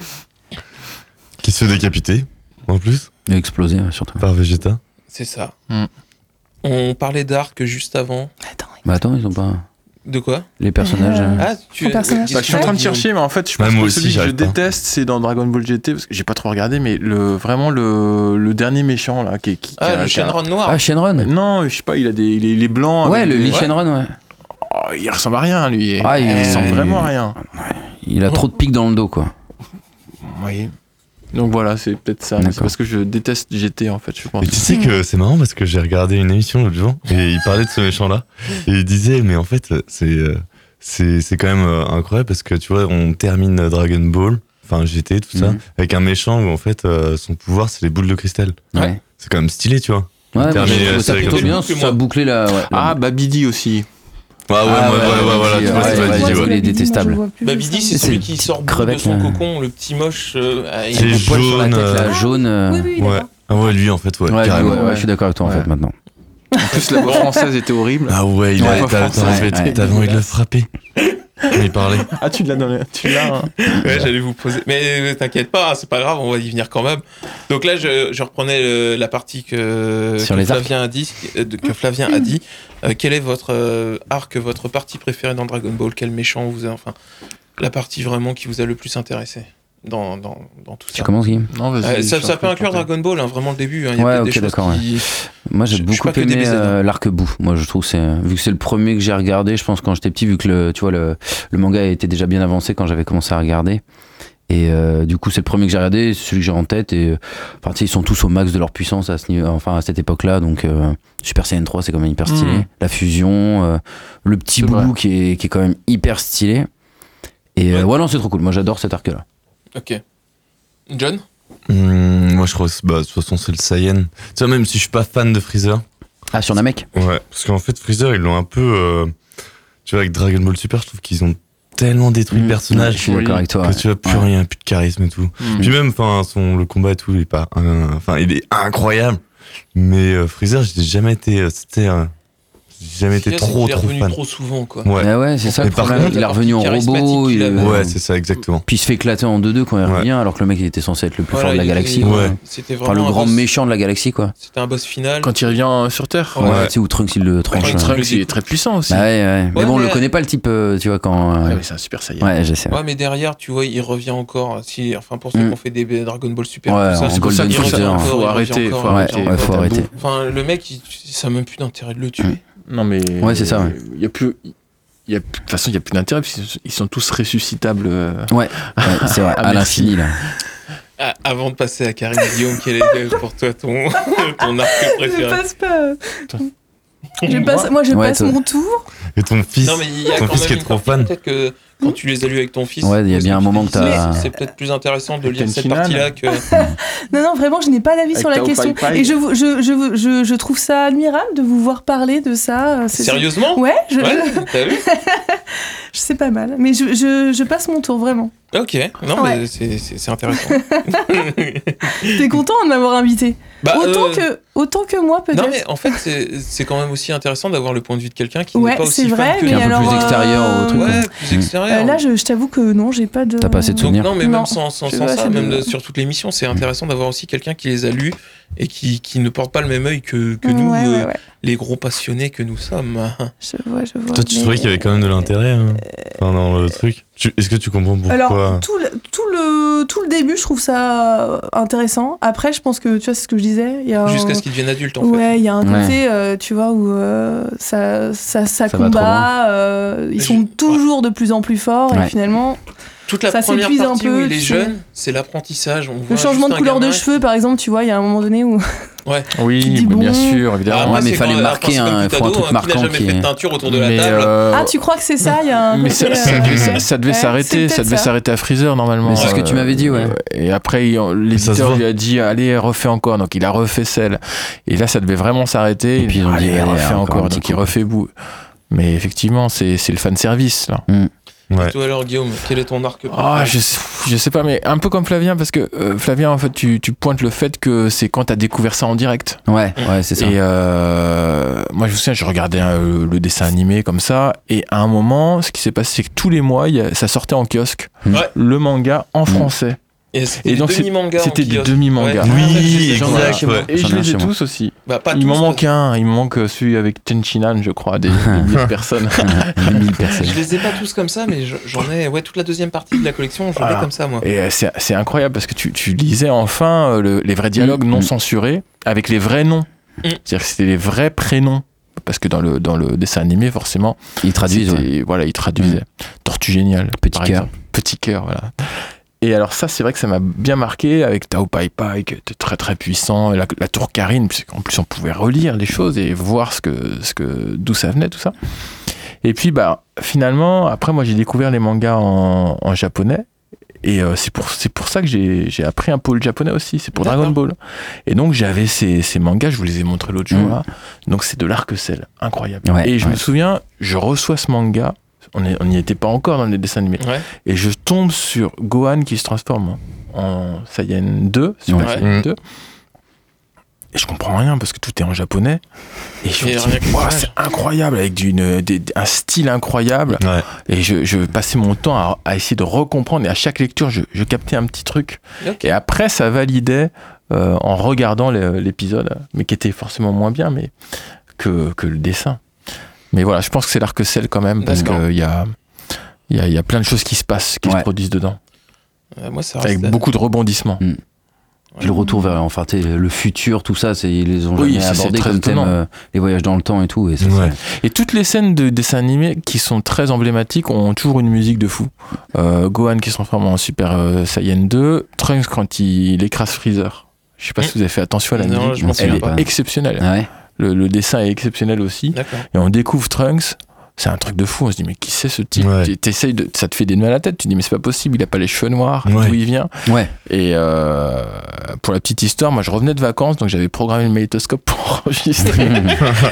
Qui se fait décapiter, en plus, il a explosé, ouais, surtout. par Vegeta. C'est ça. Mm. On parlait d'Arc juste avant. Attends, Bah attends, ils ont pas. De quoi Les personnages. Euh, euh, Ah, tu. Son personnage. qu'est-ce Bah, je suis en train que t'as de dit chercher, mais en fait, je Ouais, pense moi que aussi, celui que je j'arrive pas. déteste, c'est dans Dragon Ball GT, parce que j'ai pas trop regardé, mais le, vraiment le, le dernier méchant, là, qui, qui, qui Ah, a- le qui a- Shenron noir. Ah, Shenron. Non, je sais pas, il a des, il est, il est blanc. Ouais, avec le des- Lee Shenron, ouais. Oh, il ressemble à rien, lui. Ah, il, il- ressemble vraiment à rien. Il a trop de pics dans le dos, quoi. Oui. Donc voilà, c'est peut-être ça. mais C'est D'accord. parce que je déteste GT, en fait, je pense. Et tu sais que c'est marrant parce que j'ai regardé une émission l'autre jour et il parlait de ce méchant-là et il disait mais en fait c'est euh, c'est c'est quand même euh, incroyable parce que tu vois on termine euh, Dragon Ball, enfin GT tout ça Mhm. avec un méchant où en fait euh, son pouvoir c'est les boules de cristal. Ouais. C'est quand même stylé tu vois. Ouais, moi, Terminé, j'ai euh, trouvé ça série plutôt comme bien, ça. ça a bouclé la. ouais, Ah, la- Babidi aussi. Ah ouais, Ah ouais, ouais, ouais, ouais, ouais, voilà, ouais, tu vois, ouais, c'est ouais, pas ouais, dit, ouais. il est détestable. Babidi, Bah, c'est C'est celui une qui petite sort bout de crevette, son là. cocon, le petit moche. euh, ah, il- C'est le poil sur la jaune, tête, là, euh, jaune. euh, Oui, oui, il est Ouais. mort. Ah ouais, lui en fait, ouais, Ouais, ouais, carrément. ouais, je suis d'accord avec toi, en Ouais. fait, maintenant. En plus, la voix française était horrible. Ah ouais, il Ouais, a- t'as- pas français, t'as envie ouais. de- t'avais envie de le frapper. Il parlait. Ah, tu l'as dans le- Tu l'as. hein. Ouais, j'allais vous poser. Mais euh, t'inquiète pas, c'est pas grave, on va y venir quand même. Donc là, je, je reprenais euh, la partie que, Sur que les arcs. Flavien a dit. euh, de- Que Flavien a dit. Euh, quel est votre euh, arc, votre partie préférée dans Dragon Ball Quel méchant vous a, enfin, la partie vraiment qui vous a le plus intéressé dans, dans, dans tout Tu ça commences, Guillaume Non, vas-y. Euh, je suis ça, en ça peut train de inclure tenter. Dragon Ball, hein, vraiment le début. hein, il y a Ouais, peut-être des ok, choses d'accord, qui- Moi, Je- je j'ai suis beaucoup pas que aimé DBZ, hein. euh, l'arc-bout. Moi, je trouve que c'est vu que c'est le premier que j'ai regardé. Je pense quand j'étais petit, vu que le, tu vois le, le manga était déjà bien avancé quand j'avais commencé à regarder. Et euh, du coup, c'est le premier que j'ai regardé, c'est celui que j'ai en tête. Et euh, enfin, tu sais, ils sont tous au max de leur puissance à ce niveau, enfin à cette époque-là. Donc, euh, Super Saiyan 3, c'est quand même hyper stylé. Mhm. La fusion, euh, le petit C'est boubou vrai. qui est, qui est quand même hyper stylé. Et euh, ouais, non, c'est trop cool. Moi, j'adore cet arc-là. Ok. John Hum, moi je crois que c'est- bah, de toute façon c'est le Saiyan. Tu vois même si je suis pas fan de Freezer, Ah, sur Namek. Ouais, parce qu'en fait, Freezer, ils l'ont un peu. euh, Tu vois, avec Dragon Ball Super, je trouve qu'ils ont tellement détruit Mmh. le Ouais, personnage. Je suis d'accord avec toi. que tu vois plus Ouais. Mm. rien, plus de charisme et tout. Puis même, enfin, son le combat et tout, il est pas, euh, enfin, il est incroyable. Mais euh, Freezer, j'ai jamais été, euh, c'était, euh, j'ai jamais été trop trop revenu fan. trop souvent, quoi. Ouais, Ouais, ouais, c'est ça Mais le par problème. contre, Il est revenu en charismatique robot. qu'il il- avait. ouais, c'est ça exactement. Puis il se fait éclater en 2-2 quand il Ouais. revient, alors que le mec il était censé être le plus Voilà, fort de la il- galaxie. il- quoi. Ouais. C'était vraiment Enfin, le un grand boss- méchant de la galaxie, quoi. C'était un boss final. Quand il revient euh, sur Terre, Ouais. Ouais, tu sais, où Trunks il le tranche. Ouais, hein. Trunks. Trunks, il est très puissant aussi. Bah ouais, ouais. Mais Ouais, bon, on mais- le connaît pas le type, euh, tu vois, quand. Ah euh, oui, c'est un super saiyan. Ouais, je sais. Ouais, mais derrière, tu vois, il revient encore. Si, enfin, pour ceux Mm. qui ont fait des Dragon Ball Super, Ouais, tout ça, en c'est C'est pour pour ça ça Golden qu'il qu'il faut, revient Freezer, faut, encore, il revient arrêter. encore, Faut il arrêter. revient Ouais, faut encore. arrêter. Enfin, le mec, il- ça a même plus d'intérêt de le tuer. Mm. Non mais. Ouais, c'est ça, ouais. Il y a plus. il y a- De toute façon, il n'y a plus d'intérêt, puisqu'ils sont- ils sont tous ressuscitables. euh, Ouais, c'est vrai, Ah, à merci. l'infini, là. Ah, avant de passer à Karine Guillaume, quel est pour toi ton, ton arc Je préféré passe pas. Je passe, moi, je Ouais, passe toi. mon tour. Et ton fils, Non, mais il y a ton quand fils qui même est une trop partie, fan. Peut-être que quand tu les as lus avec ton fils. Ouais, il y a parce bien un tu moment t'es que t'as- dit, C'est peut-être plus intéressant de lire Captain cette Finan. partie-là que. Non, non, vraiment, je n'ai pas d'avis Avec sur la ta question. Opal Pie. Et je, vous- je, je, vous- je, je trouve ça admirable de vous voir parler de ça. euh, c'est- Sérieusement Ouais, je, Ouais, t'as vu je sais pas mal. Mais je, je, je passe mon tour, vraiment. Ok, non, Ouais. mais c'est- c'est c'est intéressant. T'es content de m'avoir invité Bah, autant, euh, que, autant que moi, peut-être. Non, mais en fait, c'est- c'est quand même aussi intéressant d'avoir le point de vue de quelqu'un qui n'est Ouais, pas c'est aussi vrai, fan que mais Qui est un peu plus alors. euh, extérieur au truc, quoi. Ouais, plus Mm. extérieur. euh, là, je, je t'avoue que non, j'ai pas de. T'as pas assez de Donc, souvenirs. non, mais Non. même sans, sans, Je sans vois, ça, ça même me- de- sur toute l'émission, Mm. c'est intéressant d'avoir aussi quelqu'un qui les a lus et qui, qui ne porte pas le même œil que, que nous, Mm, Ouais, euh, ouais, ouais. les gros passionnés que nous sommes. hein, Je vois, je vois. Toi, tu mais- trouvais qu'il y avait quand même de l'intérêt hein, enfin, dans le truc. Tu- Est-ce que tu comprends pourquoi Alors, tout le, tout, le, tout le début, je trouve ça euh, intéressant. Après, je pense que, tu vois, c'est ce que je disais. il y a un- Jusqu'à ce qu'ils deviennent adultes, en fait. Oh. Ouais, il y a un Ouais. côté, euh, tu vois, où euh, ça, ça, Ça ça, va trop combat, euh, ils sont Je- toujours de plus en plus forts, Ouais. et finalement, Toute la Ça première s'épuise un partie où peu, il est tu sais. jeune, c'est l'apprentissage. On voit le changement juste de un couleur de gamin. cheveux, par exemple, tu vois, il y a un moment donné où. Tu te Oui, dis mais bien bon. sûr, Ah, évidemment. moi, ouais, mais c'est fallait quand- marquer enfin, c'est comme un- tout faut un ado, truc hein, qui marquant n'a jamais qui fait est- de teinture autour de la Mais, table. euh, Ah, tu crois que c'est ça Il y a un. mais côté, ça, euh, ça devait, ouais. ça devait Ouais, s'arrêter, c'est ça peut-être devait s'arrêter à Freezer normalement. Mais c'est ce que Euh, tu m'avais dit, ouais. Et après, il- l'éditeur voit. lui a dit allez, refais encore. Donc il a refait celle. Et là, ça devait vraiment s'arrêter. Et puis, ils ont dit, allez, allez, refais encore un encore. petit Donc il coup. refait bout. Mais effectivement, c'est c'est le fan service là. Ouais. Toi alors, Guillaume, quel est ton arc Ah, je, sais- je sais pas, mais un peu comme Flavien, parce que euh, Flavien, en fait, tu, tu pointes le fait que c'est quand t'as découvert ça en direct. Ouais, ouais, c'est ça. Et euh, moi, je me souviens, je regardais euh, le dessin animé comme ça, et à un moment, ce qui s'est passé, c'est que tous les mois, il y a- ça sortait en kiosque Mm. Ouais. le manga Hmm. en français. Et c'était Et donc, des c'est- demi-mangas. en c'était des kiosque. demi-mangas. Ouais. Oui, Ah, en fait, j'ai- j'en ai exact, un chez moi. ouais. Et J'en ai je un les chez ai moi. tous aussi. Bah, pas il tous, m'en parce manque un, il me manque euh, celui avec Chen Chinan, je crois, des des mille personnes. Mille que personnes. Je les ai pas tous comme ça, mais je- j'en ai. Ouais, toute la deuxième partie de la collection, je l'ai Voilà. comme ça, moi. Et euh, c'est c'est incroyable parce que tu, tu lisais enfin euh, le- les vrais dialogues Mm. non Mm. censurés avec les vrais noms. Mm. C'est-à-dire que c'était les vrais prénoms. Parce que dans le, dans le dessin animé, forcément, Ils traduisent, ouais. Mm. c'était- voilà, ils traduisaient. Tortue Géniale. Petit par cœur. exemple. Petit cœur, voilà. Et alors, ça, c'est vrai que ça m'a bien marqué avec Tao Pai Pai, qui était très très puissant, et la, la tour Karine, puisqu'en plus on pouvait relire les choses et voir ce que, ce que, d'où ça venait, tout ça. Et puis, bah, finalement, après, moi, j'ai découvert les mangas en, en japonais. Et euh, c'est pour, c'est pour ça que j'ai j'ai appris un peu le japonais aussi. C'est pour Dragon Ball. Et donc, j'avais ces, ces mangas, je vous les ai montrés l'autre jour hein. Mhm. là. Donc, c'est de l'arc-sel. Incroyable. Ouais, et je ouais. me souviens, je reçois ce manga. On est- on n'y était pas encore dans les dessins animés. Ouais. Et je tombe sur Gohan qui se transforme en Saiyan 2, Super Ouais. Saiyan Mm. Mhm. 2. Et je comprends rien parce que tout est en japonais. Et je Et me rien que dis, Ouah, l'image. c'est incroyable, avec d'une, des- des- un style incroyable. Ouais. Et je, je passais mon temps à, à essayer de recomprendre. Et à chaque lecture, je, je captais un petit truc. Ok. Et après, ça validait euh, en regardant le- l'épisode, mais qui était forcément moins bien mais que, que le dessin. Mais voilà, je pense que c'est l'arc-sel quand même, parce D'accord. qu'il y a, il y, a, il y a plein de choses qui se passent, qui Ouais. se produisent dedans, Euh, Moi, ça avec reste. beaucoup de rebondissements. Puis le retour vers enfin, tu sais, le futur, tout ça, c'est- ils les ont Oui, jamais ça, c'est abordés très comme thème, étonnant. euh, les voyages dans le temps et tout. Et ça, c'est- Ouais. Et toutes les scènes de dessins animés qui sont très emblématiques ont toujours une musique de fou. Euh, Gohan qui se transforme en Super euh, Saiyan 2, Trunks quand il, écrase Freezer. Je sais pas si vous avez fait attention à la Mm. Non, musique. je m'en Elle souviens est pas. exceptionnelle. Ah ouais. Le, le dessin est exceptionnel aussi. D'accord. et on découvre Trunks. C'est un truc de fou. On se dit, mais qui c'est ce type Ouais. Tu- t'essayes de, Ça te fait des nœuds à la tête. Tu te dis, mais c'est pas possible. Il a pas les cheveux noirs. Ouais. D'où il vient Ouais. Et euh, pour la petite histoire, moi, je revenais de vacances. Donc, j'avais programmé le magnétoscope pour enregistrer.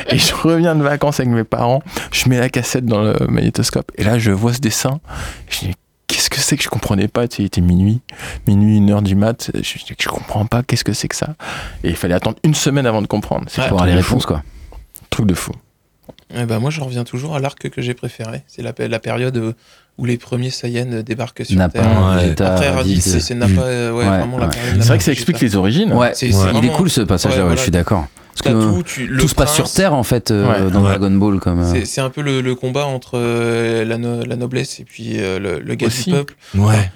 et je reviens de vacances avec mes parents. Je mets la cassette dans le magnétoscope. Et là, je vois ce dessin. Je dis, qu'est-ce que c'est que je comprenais pas Tu sais, il était minuit, minuit, une heure du mat. Je dis, je comprends pas. Qu'est-ce que c'est que ça Et il fallait attendre une semaine avant de comprendre. C'est Pour un avoir truc les de fou. réponses, quoi. Truc de fou. Eh ben, moi, je reviens toujours à l'arc que j'ai préféré. C'est la, la période euh, où les premiers Saiyans euh, débarquent sur Nappa, Terre. Ouais. Vegeta, Après Raditz, Raditz. c'est Nappa, euh, ouais, Ouais, vraiment la ouais. période C'est Nappa, vrai que Vegeta. ça explique les origines. Ouais. C'est- c'est Il est vraiment- cool ce passage, Ouais, là, ouais, voilà. je suis d'accord. Parce T'as que tout, tu- le tout se passe prince, sur Terre en fait euh, Ouais. dans Ouais. Dragon Ball comme. euh, C'est c'est un peu le, le combat entre euh, la, no- la noblesse et puis euh, le, le gars du Aussi. peuple. Ouais.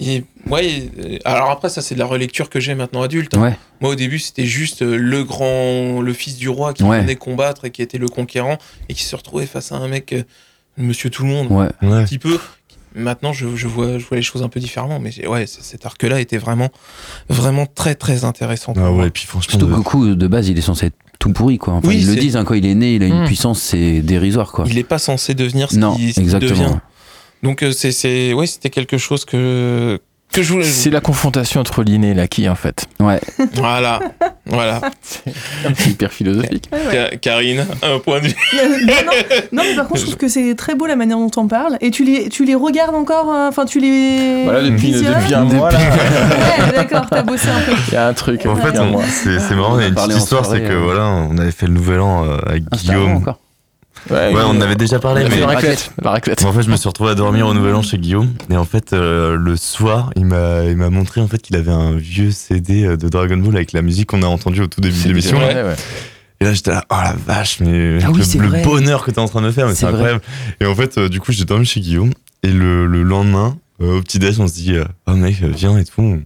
Et, ouais, et, euh, alors après, ça, c'est de la relecture que j'ai maintenant adulte. hein. Ouais. Moi, au début, c'était juste euh, le grand, le fils du roi qui Ouais. venait combattre et qui était le conquérant et qui se retrouvait face à un mec, euh, monsieur tout le monde, Ouais. Ouais. un petit peu. Maintenant, je, je vois, je vois les choses un peu différemment, mais j'ai- ouais, c- cet arc-là était vraiment, vraiment très, très intéressant. pour Ah moi. ouais, et puis franchement. Surtout de- Goku de base il est censé être tout pourri quoi. Enfin, Oui, ils le c'est- disent hein, quand il est né il a une Hmm. puissance c'est dérisoire quoi. Il n'est pas censé devenir ce Non qu'il ce qu'il devient. exactement. Donc, euh, c'est- c'est, ouais, c'était quelque chose que, que je voulais. C'est la confrontation entre l'inné et l'acquis, en fait. Ouais. Voilà, voilà. C'est hyper philosophique. Ouais, ouais. Ca- Karine, un point de vue. non, non, non, mais par contre, je trouve que c'est très beau la manière dont on parle. Et tu les, tu les regardes encore, euh, enfin, tu les. Voilà, depuis, visionnes depuis un mois, là, Ouais, d'accord, t'as bossé un peu. il y a un truc. En Ouais. fait, depuis un on- mois. c'est c'est On marrant, il y a en une parlait petite en histoire, soirée, c'est que euh. voilà, on avait fait le nouvel an euh, avec Ah, c'était avant Guillaume. encore. Ouais, on avait déjà parlé, La mais fait raclette. La raclette. Bon, en fait, je me suis retrouvé à dormir au Nouvel An chez Guillaume. Et en fait, euh, le soir, il m'a, il m'a montré en fait qu'il avait un vieux CD de Dragon Ball avec la musique qu'on a entendue au tout début de l'émission. vrai. Ouais, ouais. Et là, j'étais là, oh la vache, mais Ah oui, c'est le, le vrai. bonheur que t'es en train de me faire, mais C'est c'est vrai. incroyable. Et en fait, euh, du coup, j'ai dormi chez Guillaume. Et le, le lendemain, euh, au petit déj, on se dit, euh, oh mec, viens et tout. Et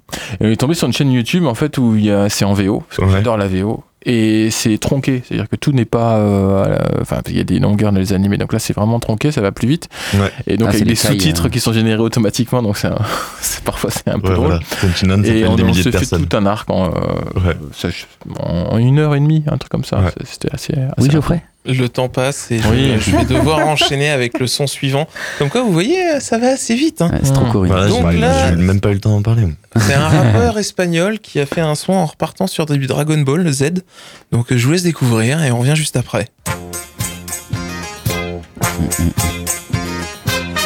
on est tombé sur une chaîne YouTube en fait où il y a- c'est en VO, parce que Ouais. j'adore la VO, et c'est tronqué, c'est-à-dire que tout n'est pas, euh, à la- enfin il y a des longueurs dans les animés, donc là c'est vraiment tronqué, ça va plus vite, Ouais. et Ah, donc avec c'est des les tailles, sous-titres euh. qui sont générés automatiquement, donc c'est un- c'est- parfois c'est un peu Ouais, drôle. voilà. Tenchinan, ça Et fait on, des on milliers de se fait personnes. tout un arc en, euh, Ouais. ça, je- en- en une heure et demie, un truc comme ça. Ouais. C'est- C'était assez. assez Oui rapide. Geoffrey. Le temps passe et je- Oui. je, vais devoir enchaîner avec le son suivant. Comme quoi, vous voyez, ça va assez vite. hein. Ouais, c'est trop Hmm. cool. Voilà, Donc j'ai- là- j'ai même pas eu le temps d'en parler. C'est un rappeur espagnol qui a fait un son en repartant sur du Dragon Ball Z. Donc, euh, je vous laisse découvrir et on revient juste après.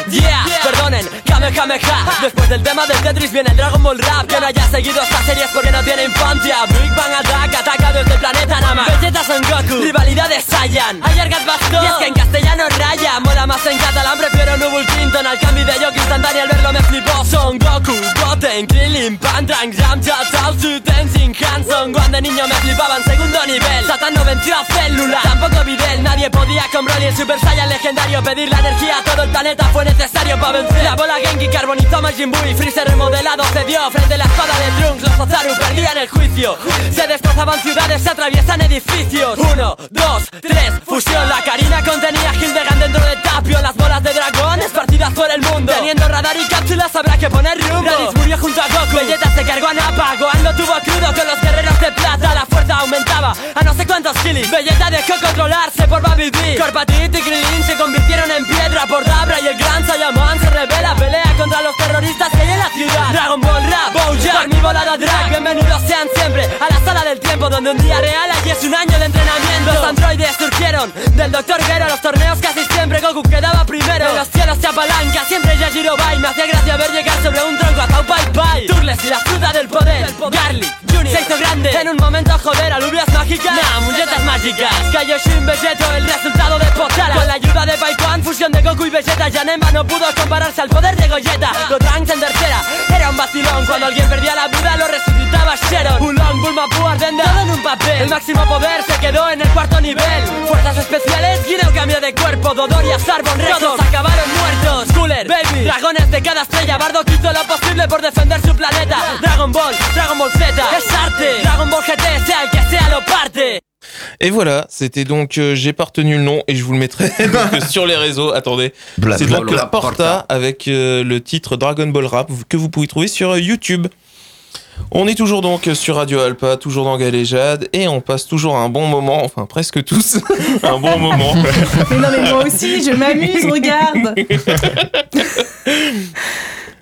Yeah, perdonen, Kame Kame Ka. Después del tema del Tetris viene el Dragon Ball Rap. Que no haya seguido esta serie es porque no tiene infancia. Big Bang Attack ataca desde el este planeta Nama. Vegeta Son Goku, rivalidad de Saiyan. Ayer Bastón, y es que en castellano raya. Mola más en catalán, prefiero Nubul Clinton. Al cambio de Yoki instantáneo al verlo me flipó. Son Goku, Goten, Krillin, Pantang, Yamcha, Tao, Su, Tenzin, Hanson. Cuando niño me flipaban, segundo nivel. Satan no venció a Célula, tampoco Videl. Nadie podía con Broly el Super Saiyan legendario. Pedir la energía a todo el planeta fue necesario para vencer. La bola Genki carbonizó a Majin Buu y Freezer remodelado cedió. Frente a la espada de Trunks, los Ozaru perdían el juicio. Se destrozaban ciudades, se atraviesan edificios. Uno, dos, tres, fusión. La Karina contenía a Hildegard dentro de Tapio. Las bolas de dragón esparcidas por el mundo. Teniendo radar y cápsulas habrá que poner rumbo. Raditz murió junto a Goku. Vegeta se cargó a Nappa. Gohan lo tuvo crudo con los guerreros de plata. La fuerza aumentaba a no sé cuántos kilis. Vegeta dejó controlarse por Baby D. Corpatit y Krillin se convirtieron en piedra por Dabra y el gran Saiyaman se revela. Pelea contra los terroristas que hay en la ciudad. Dragon Ball Rap, Bojack, mi volada drag. Bienvenidos sean siempre a la sala del tiempo donde un día real allí es un año de entrenamiento. Los androides surgieron del Doctor Gero. a Los torneos casi siempre Goku quedaba primero. En los cielos se apalanca siempre Yajiro Bai. Me hacía gracia ver llegar sobre un tronco a Pau Pai Pai. Turles y la fruta del poder. Garlic, Junior, se hizo grande. En un momento joder, alubias mágicas. Nah, muñetas mágicas. Cayó Shin Vegeto, el resultado de Potara. Con la ayuda de Baikuan, fusión de Goku y Vegeta. Yanemba no pudo compararse al poder de Goyeta. Gotrang en tercera, era un vacilón. Cuando alguien perdía la vida, lo resucitaba Sheron. Bulon, Bulma, Pú, Ardenda, todo en un papel. El máximo poder se quedó en el cuarto nivel. Fuerzas especiales, Guineo cambia de cuerpo. Dodor y Azar, Bon Rex, todos acabaron muertos. Cooler, Baby, dragones de cada estrella. Bardo hizo lo posible por defender su planeta. Dragon Ball, Dragon Ball Z, es arte. Dragon Ball GT, sea el que sea, lo parte. Et voilà, c'était donc, euh, j'ai pas retenu le nom et je vous le mettrai donc, euh, sur les réseaux. Attendez, Bla- c'est bla- donc La Porta avec euh, le titre Dragon Ball Rap que vous pouvez trouver sur euh, YouTube. On est toujours donc sur Radio Alpa, toujours dans Galéjade, et on passe toujours un bon moment, enfin presque tous, un bon moment. Mais non, mais moi aussi, je m'amuse, regarde.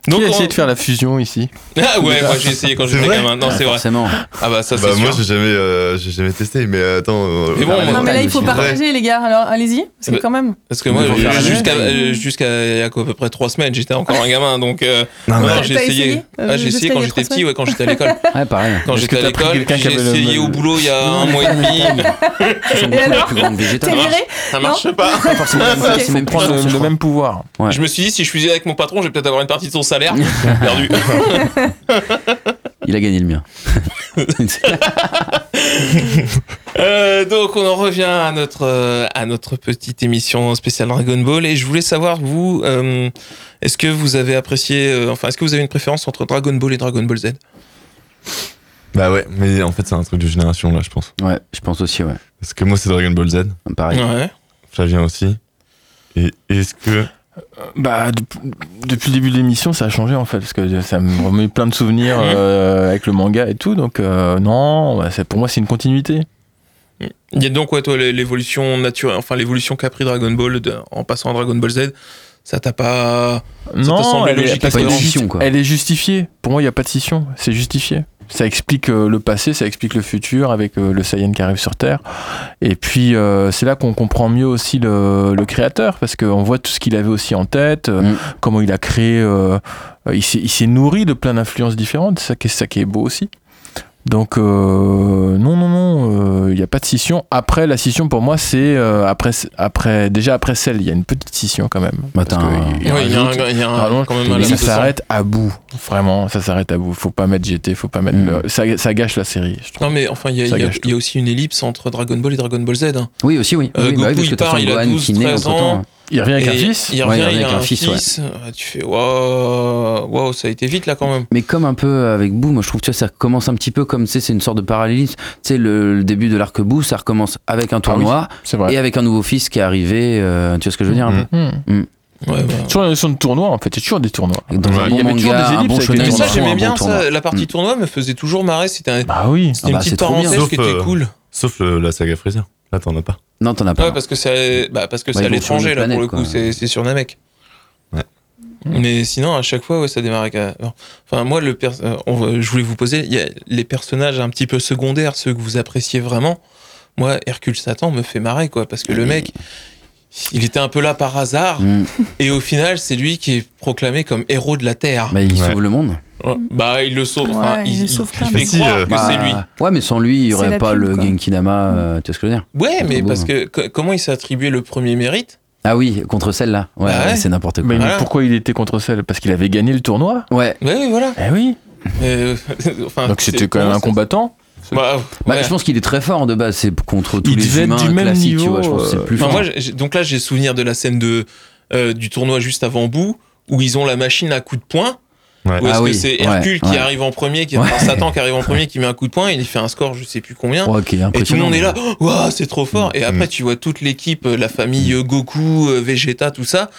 Donc Qui a on- essayé de faire la fusion ici Ah ouais, moi j'ai essayé quand j'étais gamin, non c'est vrai. Forcément. Ah bah ça c'est Bah, moi, sûr. j'ai jamais, euh, j'ai jamais testé, mais euh, attends. euh, Mais bon, euh, Non, mais là, il faut Ouais. partager, les gars. Alors, allez-y, parce que Bah- quand même. Parce que moi Mais faut faire la jusqu'à même. euh, jusqu'à il y a quoi, à peu près trois semaines j'étais encore un gamin, donc euh, Non, non, mais- j'ai T'as essayé. essayé, euh, ah, j'ai juste essayé il quand y a trois j'étais petit, ouais, quand j'étais à l'école. Ouais, pareil. Quand Est-ce j'étais que à t'as pris l'école, quelqu'un qui j'ai avait le- essayé au boulot il y a un mois et demi. Ils sont Et alors beaucoup plus grandes végétales. T'as marche. viré Ça marche pas. Pas forcément Ah, des ça, végétales, faut c'est même plus Prendre gentil, le, je le crois. même pouvoir. Ouais. Je me suis dit si je suis avec mon patron, je vais peut-être avoir une partie de son salaire perdu. Il a gagné le mien. Euh, donc on en revient à notre euh, à notre petite émission spéciale Dragon Ball et je voulais savoir vous euh, est-ce que vous avez apprécié euh, enfin est-ce que vous avez une préférence entre Dragon Ball et Dragon Ball Z Bah ouais, mais en fait, c'est un truc de génération, là, je pense. ouais, je pense aussi, ouais. Parce que moi, c'est Dragon Ball Z. Pareil. Ouais. Flavien aussi. Et est-ce que. Bah, de- depuis le début de l'émission, ça a changé en fait, parce que ça me remet plein de souvenirs euh, avec le manga et tout. Donc, euh, non, bah, c'est- pour moi, c'est une continuité. Il y a donc ouais, toi l'é- l'évolution naturelle enfin l'évolution qu'a pris Dragon Ball de- en passant à Dragon Ball Z ça t'a pas Ça te semble elle est, logique, parce pas une qu'elle est scission, juste- quoi. elle est justifiée. Pour moi, il n'y a pas de scission. C'est justifié. Ça explique euh, le passé, ça explique le futur avec euh, le Saiyan qui arrive sur Terre. Et puis, euh, c'est là qu'on comprend mieux aussi le, le créateur, parce qu'on voit tout ce qu'il avait aussi en tête, euh, Mm. comment il a créé. euh, euh, il s'est il s'est nourri de plein d'influences différentes. C'est ça, qui est- ça qui est beau aussi. Donc, euh, non, non, non, euh, il n'y a pas de scission. Après, la scission, pour moi, c'est euh, après, après, déjà après celle, il y a une petite scission quand même. Bah, Parce t'as que un- il- Ouais, il y a, un, il y a un- Pardon, quand même un mais ça laps de temps. s'arrête à bout, vraiment, ça s'arrête à bout. Faut pas mettre GT, faut pas mettre. Mm. le- Ça, ça gâche la série, je trouve. non mais enfin il y, a- Ça il y a- gâche tout. il y a aussi une ellipse entre Dragon Ball et Dragon Ball Z. hein. Oui, aussi, oui. Euh, oui, bah Goku, oui, parce il que t'as part, il a Gohan 12, qui naît hein. 13 entre temps. ans. Il revient avec un Et fils. Il Ouais, revient, il revient il a avec un un fils. fils, ouais. Ah, tu fais waouh, waouh, ça a été vite là quand même. Mais comme un peu avec Boo, moi je trouve que tu vois, ça commence un petit peu comme, tu sais, c'est une sorte de parallélisme. Tu sais, le, le début de l'arc Boo, ça recommence avec Ah un tournoi C'est vrai. et avec un nouveau fils qui est arrivé, euh, tu vois ce que je veux dire un Mhm. peu Mm. Ouais, bah. Toujours la notion de tournoi, en fait. C'est toujours des tournois. Et Dans Ouais, un il y bon avait toujours manga, des un ellipses bon avec les shonen, Mais ça tournois. un bon j'aimais bien tournoi. ça, la partie Mm. tournoi me faisait toujours marrer, c'était un- Bah oui. c'était une bah, petite c'est trop bien. parenthèse Sauf, qui était euh, cool. Sauf le- la saga Freezer. Là, t'en as pas. Non, t'en as pas. Ouais, parce que c'est bah, parce que Bah, c'est ils à vont sur une l'étranger là pour planète, le coup, quoi. c'est c'est sur Namek. Ouais. Mais sinon à chaque fois ouais, ça démarre avec un- non. enfin moi le pers- euh, on va- je voulais vous poser il y a les personnages un petit peu secondaires ceux que vous appréciez vraiment. Moi Hercule Satan me fait marrer quoi parce que le mec il était un peu là par hasard Mm. et au final c'est lui qui est proclamé comme héros de la terre. Bah, il Ouais. sauve le monde. Ouais. Bah, il le sauve. Ouais, enfin, il le sauve il pas, fait mais- Si, croire euh, que Bah, c'est lui. Mhm. Ouais, mais sans lui, il n'y C'est aurait la pas pub, le quoi. Genki Dama, euh, tu vois ce que je veux dire Ouais, mais beau, parce hein. que co- comment il s'est attribué le premier mérite Ah oui, contre celle-là. Ouais, Bah, ouais, ouais. c'est n'importe quoi. Mais Voilà. pourquoi il était contre celle Parce qu'il avait gagné le tournoi. Ouais, Ouais, oui, voilà. Eh oui. Euh, enfin, Donc c'est- c'était quand même comment un ça- combattant. Bah, Bah, ouais. je pense qu'il est très fort de base, c'est contre tous Il les devait être humains du même classiques, tu niveau, vois, je pense que c'est le plus euh, Enfin, fort. moi, j'ai- donc là, j'ai souvenir de la scène de, euh, du tournoi juste avant bout où ils ont la machine à coups de poing. Ouais. Ou est-ce Ah que oui, c'est ouais, Hercule qui ouais. arrive en premier, qui, enfin, Ouais. Satan qui arrive en premier, qui met un coup de poing, il fait un score, je sais plus combien. Ouais, ok, Et tout le impressionnant. monde est là, Oh, waouh, c'est trop fort. Et après, Mm. tu vois toute l'équipe, euh, la famille euh, Goku, euh, Vegeta, tout ça.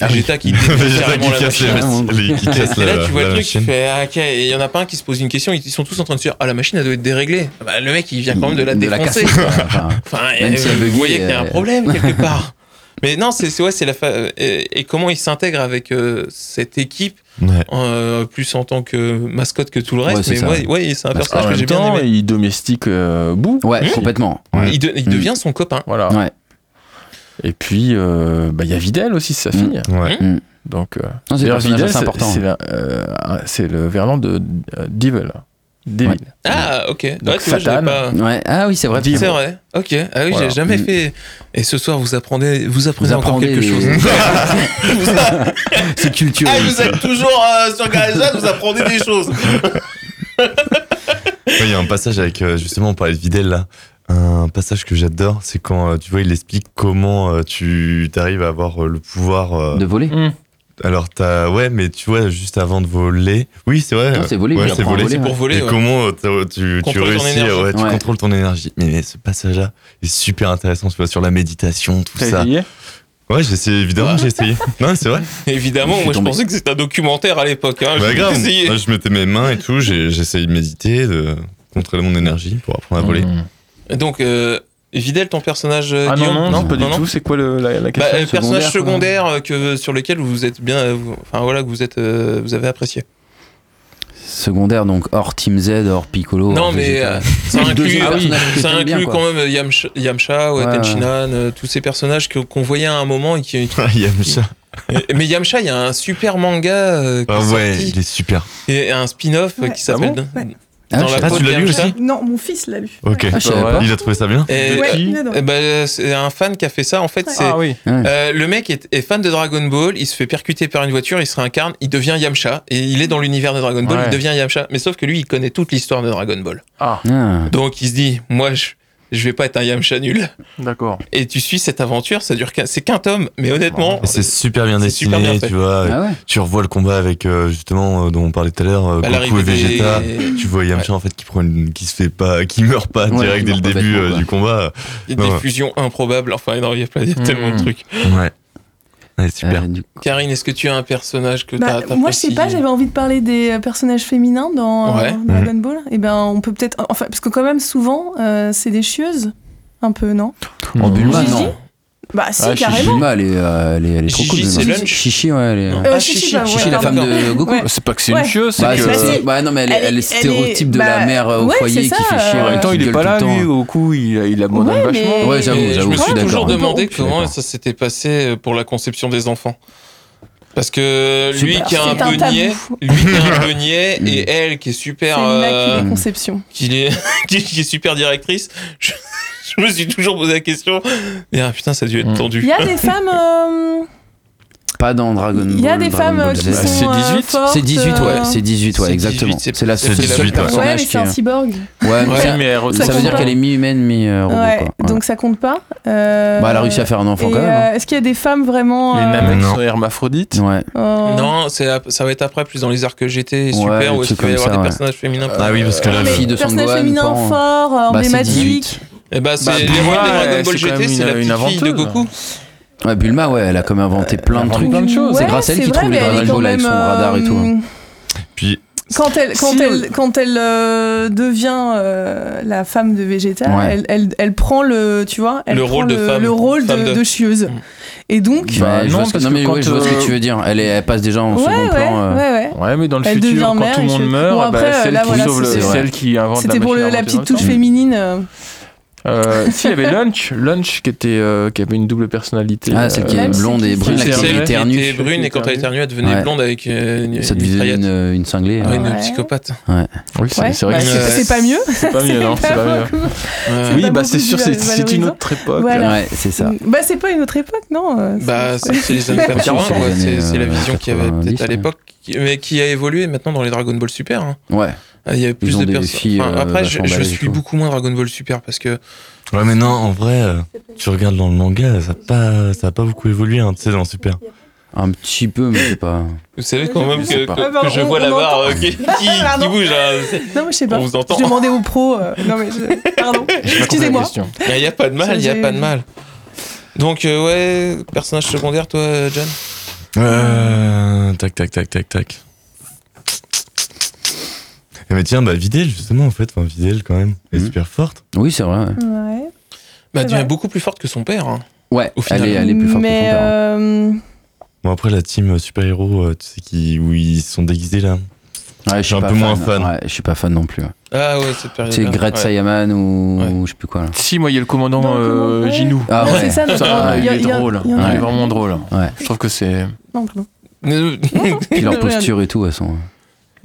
Ah oui. Vegeta qui défonce Vegeta carrément qui la casse les machine. machines. les- qui casse Et la- là, tu vois la le truc, tu machine. fais, ah, ok, et il y en a pas un qui se pose une question, ils sont tous en train de se dire, ah, la machine, elle doit être déréglée. Ah bah, le mec, il vient quand même de la défoncer. casser, quoi. Enfin, Enfin, Même euh, si elle vous buguait, voyez qu'il y a un euh, problème quelque part. Mais non, c'est c'est- ouais, c'est la fa- euh, et, et comment il s'intègre avec euh, cette équipe Ouais. euh, plus en tant que mascotte que tout le reste. Ouais, c'est mais ça. ouais, ouais, c'est un Parce personnage en que j'ai même bien temps, aimé. il domestique euh, Boo. ouais, Hmm complètement. Ouais. Il, de- il Mm. devient son copain. Voilà. Ouais. Et puis, euh, bah, il y a Videl aussi, sa fille. Hmm Ouais. Donc, euh, Non, Mm. c'est un d'ailleurs, personnage Videl, assez c'est important. c'est la- euh, c'est le verlan de euh, Devil. Devil. Ouais. Ah, ok. Donc, ouais, tu vois, je l'ai Satan. pas- Ouais. Ah oui, c'est vrai. C'est Dis- Libre. vrai. Ok. Ah oui, Voilà. j'ai jamais Mm. fait. Et ce soir, vous apprenez, vous apprenez encore quelque chose. Ah, c'est culturel. êtes toujours euh, sur Gaza, vous apprenez des choses. Ouais, Il y a un passage avec, euh, justement, on parlait de Videl là. Un passage que j'adore, c'est quand euh, tu vois, il explique comment euh, tu arrives à avoir euh, le pouvoir. euh, De voler. Alors, t'as. Ouais, mais tu vois, juste avant de voler. Oui, c'est vrai. Non, c'est voler, Ouais, il c'est apprend à voler. voler. C'est pour voler. Et ouais. comment euh, t'as- tu, tu Contrôle ton réussis, énergie. euh, ouais, tu Ouais. contrôles ton énergie. Mais, mais ce passage-là est super intéressant, tu vois, sur la méditation, tout T'as ça. essayé Ouais, j'ai essayé, évidemment, j'ai essayé. Non, c'est vrai. Évidemment, Je moi suis je tombé. pensais que c'était un documentaire à l'époque. Hein. Bah, J'ai grave. essayé. Moi, je mettais mes mains et tout, j'ai- j'essayais de méditer, de contrôler mon énergie pour apprendre à voler. Mmh. Donc, euh, Videl, ton personnage. euh, Ah non, Guillaume non, non, pas du non. tout. C'est quoi le- la, la Bah, question euh, personnage quoi. secondaire euh, que, sur lequel vous êtes bien. euh, vous- enfin voilà, que vous, êtes, euh, vous avez apprécié. Secondaire, donc hors Team Z, hors Piccolo. non, hors mais Vegeta. euh, ça inclut, Ah oui, que ça t'aimes bien, inclut quoi. quand même euh, Yamcha, Yamcha ouais, Ouais, ouais. Tenchinan, euh, tous ces personnages que- qu'on voyait à un moment. Et qui, Ah, Yamcha. mais Yamcha, il y a un super manga euh, qui est Ah ouais, sorti, il est super. et un spin-off euh, Ouais. qui s'appelle. Ah bon Dans Ah, la je- Ah, peau tu de l'as vu Yamcha. aussi Non, mon fils l'a lu. Ok. ah, je savais Ouais. pas. Il a trouvé ça bien Et, De euh, qui il adore. eh ben, c'est un fan qui a fait ça. En fait, c'est Ah oui. Euh, le mec est, est fan de Dragon Ball, il se fait percuter par une voiture, il se réincarne, il devient Yamcha, et il est dans l'univers de Dragon Ball, Ouais. il devient Yamcha. Mais sauf que lui, il connaît toute l'histoire de Dragon Ball. Ah, Ah. Donc il se dit, moi, je, je vais pas être un Yamcha nul. d'accord. Et tu suis cette aventure, ça dure qu'un, c'est qu'un tome, mais honnêtement, Et C'est super bien C'est dessiné, super bien fait. tu vois. Ah ouais. Tu revois le combat avec euh, justement euh, dont on parlait tout à l'heure, euh, à Goku et l'arrivée des- Vegeta. Tu vois Yamcha en fait qui prend une- qui se fait pas, qui meurt pas Ouais, direct qui dès le meurt pas début bêtement, euh, quoi. du combat. des, Ouais. fusions improbables, enfin, non, il y a, plein- il y a Hmm. Mhm. tellement de trucs. Ouais. Ouais, super. Euh, du- Karine, est-ce que tu as un personnage que Bah, t'as- t'as moi, je sais pas, apprécié j'avais envie de parler des euh, personnages féminins dans euh, Ouais. Dragon Ball. Et ben, on peut peut-être. Enfin, parce que quand même, souvent, euh, c'est des chieuses. Un peu, non Oh, Bulma, Gigi non. Bah, si, Ah, Gigi. carrément. Bulma, elle est, euh, elle est, elle est trop Gigi, cool. c'est Bulma. Lunch Chichi, ouais, elle est. Non. Euh, Ah, Chichi, Chichi, bah, Chichi, ouais, la femme pardon. de Goku. Ouais. C'est pas que c'est Ouais. une chieuse, c'est Bah, que. Bah, c'est- si. ouais, non, mais elle, elle est Elle est- elle est- stéréotype de bah, la mère euh, au ouais, foyer c'est ça, qui fait chier. euh, En même temps, qui il est gueule pas tout le là, temps. lui. Au coup, il, il abandonne Ouais, vachement. mais- Ouais, j'avoue, Et je j'avoue, me je suis suis toujours d'accord. demandé Je suis comment d'accord. ça s'était passé euh, pour la conception des enfants. Parce que C'est lui pas- qui a un c'est un peu tabou. niais, lui qui a un peu niais, et elle qui est C'est super, une euh, lacune de conception. qui est, qui est- qui est super directrice, je, je me suis toujours posé la question. Et, ah, putain, ça a dû être Mm. Il tendu. y a des femmes. euh, Pas dans Dragon Ball. Il y a des Dragon femmes euh, Ball qui Z. sont. c'est euh, 18, fortes, C'est 18, ouais, euh, c'est 18, ouais, c'est exactement. 18, C'est la c'est seule la seule seule Ouais, mais personnage qui c'est un est. cyborg. Ouais, mais Ouais. ça- mais elle ressemble- ça, veut dire pas. qu'elle est mi-humaine, mi-robot. Ouais, quoi. Ouais. donc ça compte pas. Euh, Bah, elle a réussi à faire un enfant et, quand même. euh, Est-ce qu'il y a des femmes vraiment. Les euh, Namek Non. sont hermaphrodites. hein. Ouais. euh, Non, c'est ap- ça va être après, plus dans les arcs GT et Ouais, super, des où est-ce trucs qu'il va y comme avoir ça, des ouais. personnages féminins. Ah oui, parce que là, la le- fille de Son Personnage Gohan, féminin parent. fort, euh, Bah, c'est emblématique. 18. Et bah, c'est Bah, les Bulma, héros de euh, Dragon Ball c'est quand GT, même c'est la petite une- une fille de aventureuse. Goku. Ouais, Bulma, ouais, elle a comme inventé plein de elle a trucs. plein de choses. C'est grâce à elle c'est qui vrai, trouve les mais elle Dragon est quand Ball avec son même, euh, radar et tout. hein. Puis Quand elle, quand Si, elle, quand elle euh, devient euh, la femme de Vegeta, Ouais. elle, elle, elle prend le, tu vois, elle Le prend rôle de femme. le rôle Femme de, de- Mm. de chieuse. Et donc, Bah, Bah, je non, vois ce que- parce non, que mais ouais, quand, je vois ce euh, que tu veux dire. Elle, est- elle passe déjà en ouais, second ouais, plan. euh, ouais, ouais. Ouais, mais dans le Elle futur, devient quand mère tout et le monde je- meurt, Bon, bah, après, celle, là, qui voilà, sauve le- c'est- celle qui invente la C'était pour le- la machine à remonter dans petite le touche temps. féminine. euh, Euh, S'il y avait Lunch, Lunch qui, était, euh, qui avait une double personnalité. Ah, celle qui est Même blonde si et c'est brune, une la qui C'est série, elle ouais. qui était éternue. brune, et quand elle éternue, elle devenait Ouais. blonde avec euh, une, Ça une devisait mitraillette. une, euh, une cinglée. Ah hein. Ouais, une Ouais. psychopathe. Oui, c'est Ouais, c'est vrai bah, que c'est- c'est pas mieux. c'est pas mieux, non, c'est pas mieux. Ouais. Oui, pas bah beaucoup c'est sûr, c'est valorisant. c'est une autre époque. Voilà. Ouais, c'est ça. Bah, c'est pas une autre époque, non euh, c'est- Bah, c'est c'est les années Ouais, 80, c'est les quoi. années, c'est c'est la euh, vision qu'il y avait 90, peut-être à ouais. l'époque, qui- mais qui a évolué maintenant dans les Dragon Ball Super. hein. Ouais. Ah, Il y avait plus ont de des personnes. filles, euh, après, je, vachement je balèzes et suis tout. beaucoup moins Dragon Ball Super parce que ouais, mais non, en vrai, euh, tu regardes dans le manga, ça a pas, ça a pas beaucoup évolué, hein, tu sais, dans Super. Un petit peu, mais c'est pas. vous savez quand même Je que, sais pas. que- Ah bah, que je on- vois on la barre entend. euh, qui, qui- qui Pardon. bouge. hein. Non, mais je sais pas. On vous entend. Je demandais aux pros. euh, Non, mais je- pardon. Excusez-moi. Il n'y a pas de mal, Ça, il n'y a j'ai- pas de mal. Donc, euh, ouais, personnage secondaire, toi, John Euh, tac, tac, tac, tac, tac. Eh, mais tiens, bah Videl justement en fait, enfin Videl quand même, elle est Mhm. super forte. Oui, c'est vrai. ouais. Ouais. Bah, C'est devient vrai. beaucoup plus forte que son père. hein. Ouais, Au final. elle est, elle est plus forte que son Mais père. hein. euh, Bon après la team euh, super héros, euh, tu sais qui, où ils se sont déguisés là. euh, Ouais, je suis un pas peu moins fan. Ouais, je suis pas fan non plus. ouais. Ah ouais, cette période. Tu sais, Gret Sayaman ou Ouais. ou je sais plus quoi. là. Si, moi, il y a le commandant Dans le euh, commandant, ouais. Ginou. Ah non, ouais. c'est ça, notre- Ça, il il y a- est il y a- drôle. il y en a- Il est vraiment drôle. Ouais. Je trouve que c'est. Non, pardon. Puis Ah, leur Rien. posture et tout, elles sont.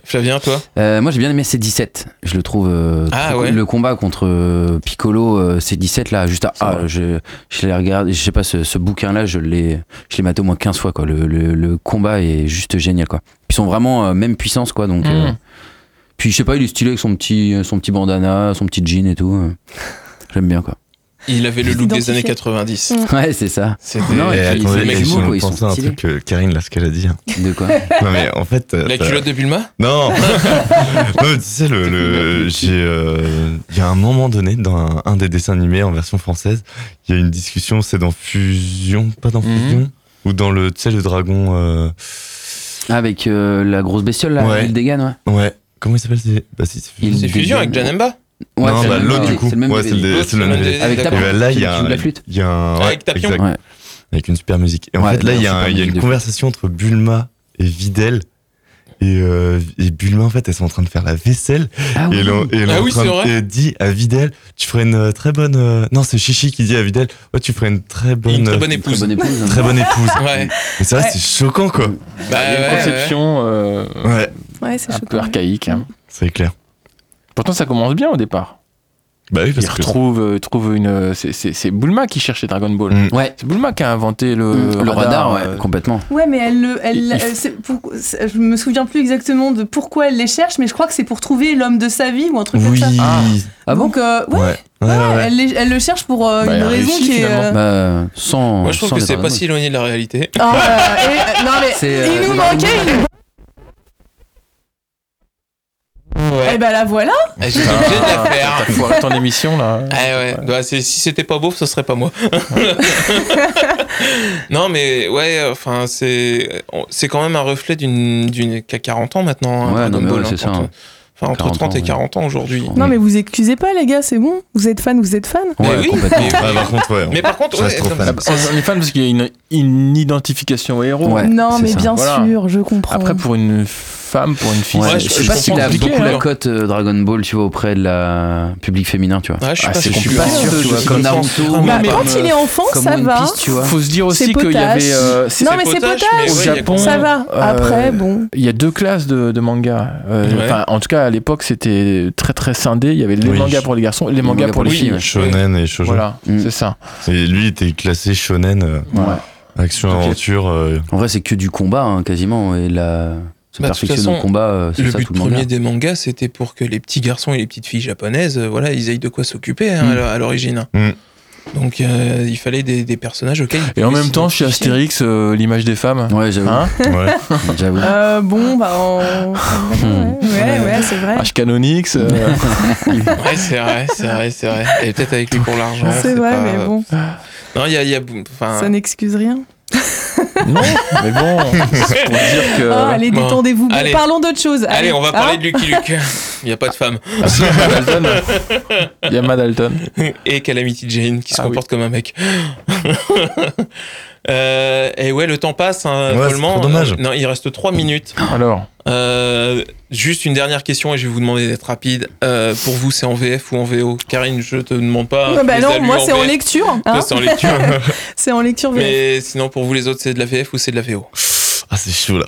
Flavien, toi Euh, moi j'ai bien aimé C17, je le trouve. euh, Ah, trop ouais. cool. Le combat contre euh, Piccolo euh, C17 là, juste à- ah, je, je l'ai regardé, je sais pas, ce, bouquin là, je l'ai je l'ai maté au moins 15 fois quoi. Le, le- le combat est juste génial quoi. Ils sont vraiment euh, même puissance quoi donc. Mhm. euh, Mm. puis je sais pas, il est stylé avec son petit, son petit bandana, son petit jean et tout. euh, J'aime bien quoi. Il avait le look des Identifié. années 90. Ouais, c'est ça. C'était- Non, Et et puis, Eh, attendez, les les mecs jumeaux, jumeaux, quoi, ils ils sont pensent à un stylés. truc que Karine, là, ce qu'elle a dit. hein. De quoi Non, mais en fait. euh, La t'as- culotte de Bulma Non Non, mais tu sais, le, le- j'ai, euh, il y a un moment donné, dans un, un des dessins animés en version française, il y a une discussion, c'est dans Fusion, pas dans Mhm. Fusion Ou dans le, tu sais, le dragon. euh, Avec euh, la grosse bestiole, là, Ouais. il dégaine, ouais. Ouais, comment il s'appelle c'est- Bah, si, c'est Fusion. Il- C'est fusion avec Janemba Ouais, non, c'est bah, le même l'autre, bébé, du coup. le même ouais, bébé. c'est le, dé- L'autre, c'est le c'est même le dé- dé- Avec ta D'accord. Et bah, là, il y a Tu un. joues de la flûte. il y a un- ouais, Avec Tapion. exact. Ouais. Avec une super musique. Et en Ouais, fait, là, il y super a, un- il y a musique une de conversation entre Bulma et Videl. Et, euh, et Bulma, en fait, elles sont en train de faire la vaisselle. Ah Et oui. elle, et elle est Ah en oui, train c'est de- vrai. et elle dit à Videl, tu ferais une euh, très bonne. euh, Non, c'est Chichi qui dit à Videl, ouais, tu ferais une très bonne. Et une très euh, bonne épouse. Très bonne épouse. hein. très bonne épouse. Ouais. Et c'est vrai, c'est choquant, quoi. Bah, Il y a ouais, une conception euh, Ouais, Ouais, c'est un choquant. peu archaïque. hein. c'est clair. Pourtant, ça commence bien au départ. Bah oui, Il parce que. retrouve euh, trouve une. euh, c'est- C'est c'est Bulma qui cherche les Dragon Ball. Mm. Ouais. C'est Bulma qui a inventé le, Mm. Ah bah, Le radar, euh, ouais, complètement. Ouais, mais elle, le- elle, Il- il euh, f- c'est pour- c'est- je me souviens plus exactement de pourquoi elle les cherche, mais je crois que c'est pour trouver l'homme de sa vie ou un truc Oui. comme ça. Ah. Ah bon Donc, euh, Ouais. ouais, Ouais, ouais, ouais, ouais. Elle, les- elle le cherche pour euh, Bah, elle une a raison réussi, qui est. euh, finalement. Bah, euh, sans. Moi, je trouve sans que les c'est Dragon pas si éloigné de la réalité. Ah, euh, et- non, mais C'est, euh, il nous le manquait Dragon une. Eh ben la voilà Eh, J'étais obligé de la faire. Ah, T'as foiré ton émission là. Eh ouais. Bah, c'est- si c'était pas beau, ce serait pas moi. non, mais ouais, enfin, c'est c'est quand même un reflet d'une d'une qui a 40 ans maintenant. hein, Ouais, Dragon non, mais Ball, ouais, hein, c'est ça, quand- hein. Enfin, entre 40 30 et ouais. 40 ans aujourd'hui. Ball. Non mais vous excusez pas les gars, c'est bon. Vous êtes fan, vous êtes fan. Mais Ouais, oui, complètement. mais- Ouais, Ah, par contre, ouais. Mais par contre, Ça, ouais, c'est trop non, fan. mais- Ah bah, On est fan parce qu'il y a une, une identification au héros. Ouais, non c'est mais ça. bien Voilà. sûr, je comprends. Après, pour une femme, pour une fille, Ouais, c'est- je- je je sais pas comprends s'il a que c'est beaucoup compliqué, la hein. cote euh, Dragon Ball, tu vois, auprès de la public féminin, tu vois. Ah, je suis Ah, pas c'est sûr, je suis compliqué, pas sûr, tu je vois, suis comme pas sûr. Naruto, Vraiment Bah, pas. quand il est enfant, Comme ça One va. Piece, tu vois. Faut se dire aussi C'est qu'il y potache. avait. euh, Non, mais c'est potache, potache. mais Au ouais, il y a Japon, quand ça même- va. euh, Après bon. Il y a deux classes de, de mangas. Euh, Ouais. enfin, En tout cas, à l'époque, c'était très très scindé. Il y avait les Oui. mangas pour les garçons et les, mangas, pour les filles. ouais. Shonen et Shoujo. Voilà, Mm. c'est ça. Et lui, il était classé Shonen, euh, Ouais. action-aventure. euh, En vrai, c'est que du combat, hein, quasiment. Et la. Se Bah, de toute perfectionner façon, au combat, euh, c'est Le ça but tout le premier monde. des mangas, c'était pour que les petits garçons et les petites filles japonaises, euh, voilà, ils aient de quoi s'occuper hein, Mm. à l'o- à l'origine. hein. Mm. Et Donc euh, il fallait des, des personnages auxquels. ils en pouvaient même temps, chez s'identifier. Astérix, euh, l'image des femmes. Ouais, j'avoue. Hein ouais. j'avoue. Euh, bon bah on... ouais ouais, ouais, c'est vrai. H Canonix. euh, Ouais, c'est vrai, c'est vrai, c'est vrai. Et peut-être avec lui pour l'argent. c'est vrai pas- euh, Ah. mais bon Non, il y a, il y a- enfin, ça n'excuse rien. non, mais bon, c'est pour dire que. Ah, allez bon. détendez-vous. Bon, Allez. parlons d'autre chose. Allez, on va Ah, parler de Lucky Luke. Il n'y a pas de femme. Ah, si, il y a Madalton. Il y a Madalton. Et Calamity Jane qui se Ah oui. comporte comme un mec. Euh, et ouais, le temps passe. Hein, Ouais, c'est follement. trop dommage. Euh, non, il reste 3 minutes. Alors, Euh, juste une dernière question et je vais vous demander d'être rapide. Euh, pour vous, c'est en VF ou en VO Karine, je te demande pas. Ah, bah tu les as non, lus moi c'est en VF. lecture. Toi, hein. c'est en lecture. C'est en lecture VF. Mais sinon, pour vous, les autres, c'est de la VF ou c'est de la VO Ah, c'est chaud là.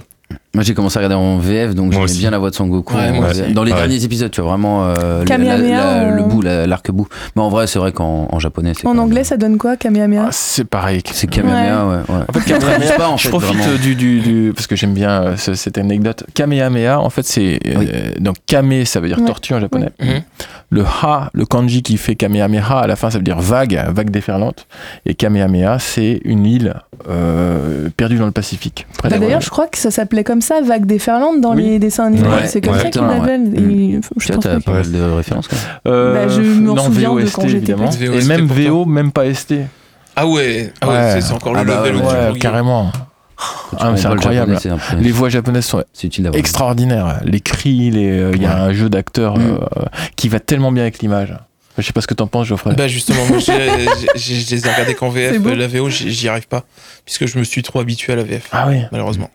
Moi, j'ai commencé à regarder en VF, donc Moi j'aimais aussi. bien la voix de Son Goku. Ouais, en moi VF. aussi. Dans les Ouais. derniers épisodes, tu vois, vraiment euh, la- la- Kamehameha, la- le euh, bout, la- l'arc-bout. Mais en vrai, c'est vrai qu'en en japonais, c'est. quand En même- anglais, ça donne quoi, Kamehameha ah, c'est pareil. C'est Kamehameha, ouais. ouais. En fait, Kamehameha, Je sais pas, en je fait, profite vraiment. du, du, du- parce que j'aime bien euh, ce- cette anecdote. Kamehameha, en fait, c'est euh, Oui. donc Kame, ça veut dire Ouais. tortue en japonais. Oui. Mhm. Le ha, le kanji qui fait Kamehameha à la fin, ça veut dire vague, vague déferlante. Et Kamehameha, c'est une île euh, perdue dans le Pacifique. près Bah, de- D'ailleurs, je crois que ça s'appelait comme ça, Vague déferlante dans Oui. les dessins animés. Ouais, c'est comme ouais, Mm. ça qu'ils exactement, l'appellent. ouais. Et- Je Tu pense vois, t'as pas. pas mal de références. Quoi. Euh, Bah, je me non, souviens de VOST, quand j'étais évidemment. petite. Et même VOST, VO, même pas ST. Ah ouais, ah ouais, Ouais. c'est- c'est encore le Ah bah level ouais, au-dessus Ouais, pour Guy. carrément. Quand tu Ah, mais connais c'est pas le incroyable. japonais, c'est un peu- Les voix japonaises sont C'est utile d'avoir. extraordinaire. Les cris, les- euh, il y a un jeu d'acteurs Mm. euh, qui va tellement bien avec l'image. Je sais pas ce que t'en penses, Geoffrey. Bah justement, moi j'ai- j'ai- je les ai regardés qu'en C'est VF, beau. la VO j'y j'y arrive pas, puisque je me suis trop habitué à la VF, ah oui. malheureusement.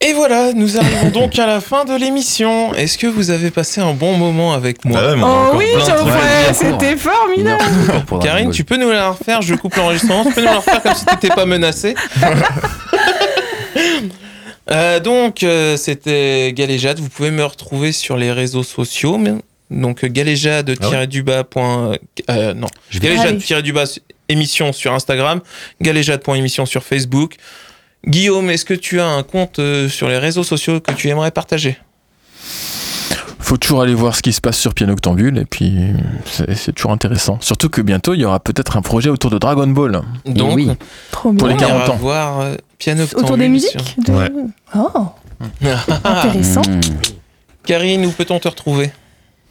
Et voilà, nous arrivons donc à la fin de l'émission. Est-ce que vous avez passé un bon moment avec moi Ah ouais, mais on a Oh encore oui, plein de trucs. bien Geoffrey, court. c'était Une formidable. heure encore pour Dragon Karine, Ball. tu peux nous la refaire, je coupe l'enregistrement, tu peux nous la refaire comme si t'étais pas menacée. Euh, donc, euh, c'était Galéjade. Vous pouvez me retrouver sur les réseaux sociaux. mais- Donc, euh, galéjade-du-bas. point- euh, non, Je vais- galéjade-du-bas émission sur Instagram, galéjade.émission sur Facebook. Guillaume, est-ce que tu as un compte euh, sur les réseaux sociaux que tu aimerais partager faut toujours aller voir ce qui se passe sur Piano Octambule et puis c'est c'est toujours intéressant. Surtout que bientôt il y aura peut-être un projet autour de Dragon Ball. Donc, oui. Trop Pour bien. les on ira 40 ans. voir euh, Piano Autour des Octambule sur- musiques de- Ouais. Oh, intéressant. Mm. Karine, où peut-on te retrouver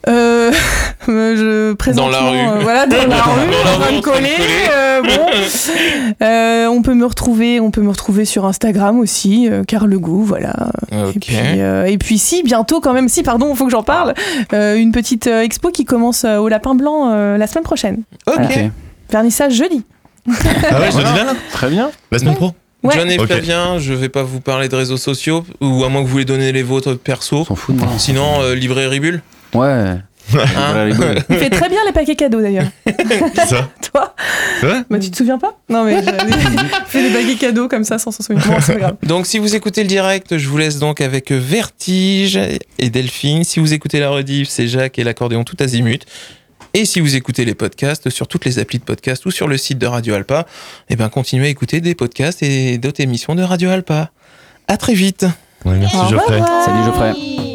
Euh, je présente euh, rue. voilà, dans la rue, Dans la on va rue, me on se fait coller. coller. euh, bon, Euh, on peut me retrouver, on peut me retrouver sur Instagram aussi, euh, Car le goût, voilà. Et puis, euh, et puis si bientôt quand même, si pardon, faut que j'en parle, euh, une petite euh, expo qui commence euh, au Lapin Blanc euh, la semaine prochaine. Ok. Ok. Vernissage jeudi. Ah ouais, je dis là Très bien. La semaine pro Ouais. John et Ok. Flavien, je vais pas vous parler de réseaux sociaux, ou à moins que vous voulez donner les vôtres perso. On s'en fout. de moi. Sinon, euh, librairie Bulle. Ouais. hein. Voilà, les gars. Il fait très bien les paquets cadeaux d'ailleurs. C'est ça Toi, Ouais. bah, tu te souviens pas Non mais je fais des paquets cadeaux comme ça sans s'en souvenir. Bon, c'est pas grave. Donc, si vous écoutez le direct, je vous laisse donc avec Vertige et Delphine. Si vous écoutez la rediff, c'est Jacques et l'accordéon tout azimut. Et si vous écoutez les podcasts sur toutes les applis de podcast ou sur le site de Radio Alpa, eh ben, continuez à écouter des podcasts et d'autres émissions de Radio Alpa. À très vite. Ouais, merci Au Geoffrey. revoir. Salut Geoffrey. Geoffrey.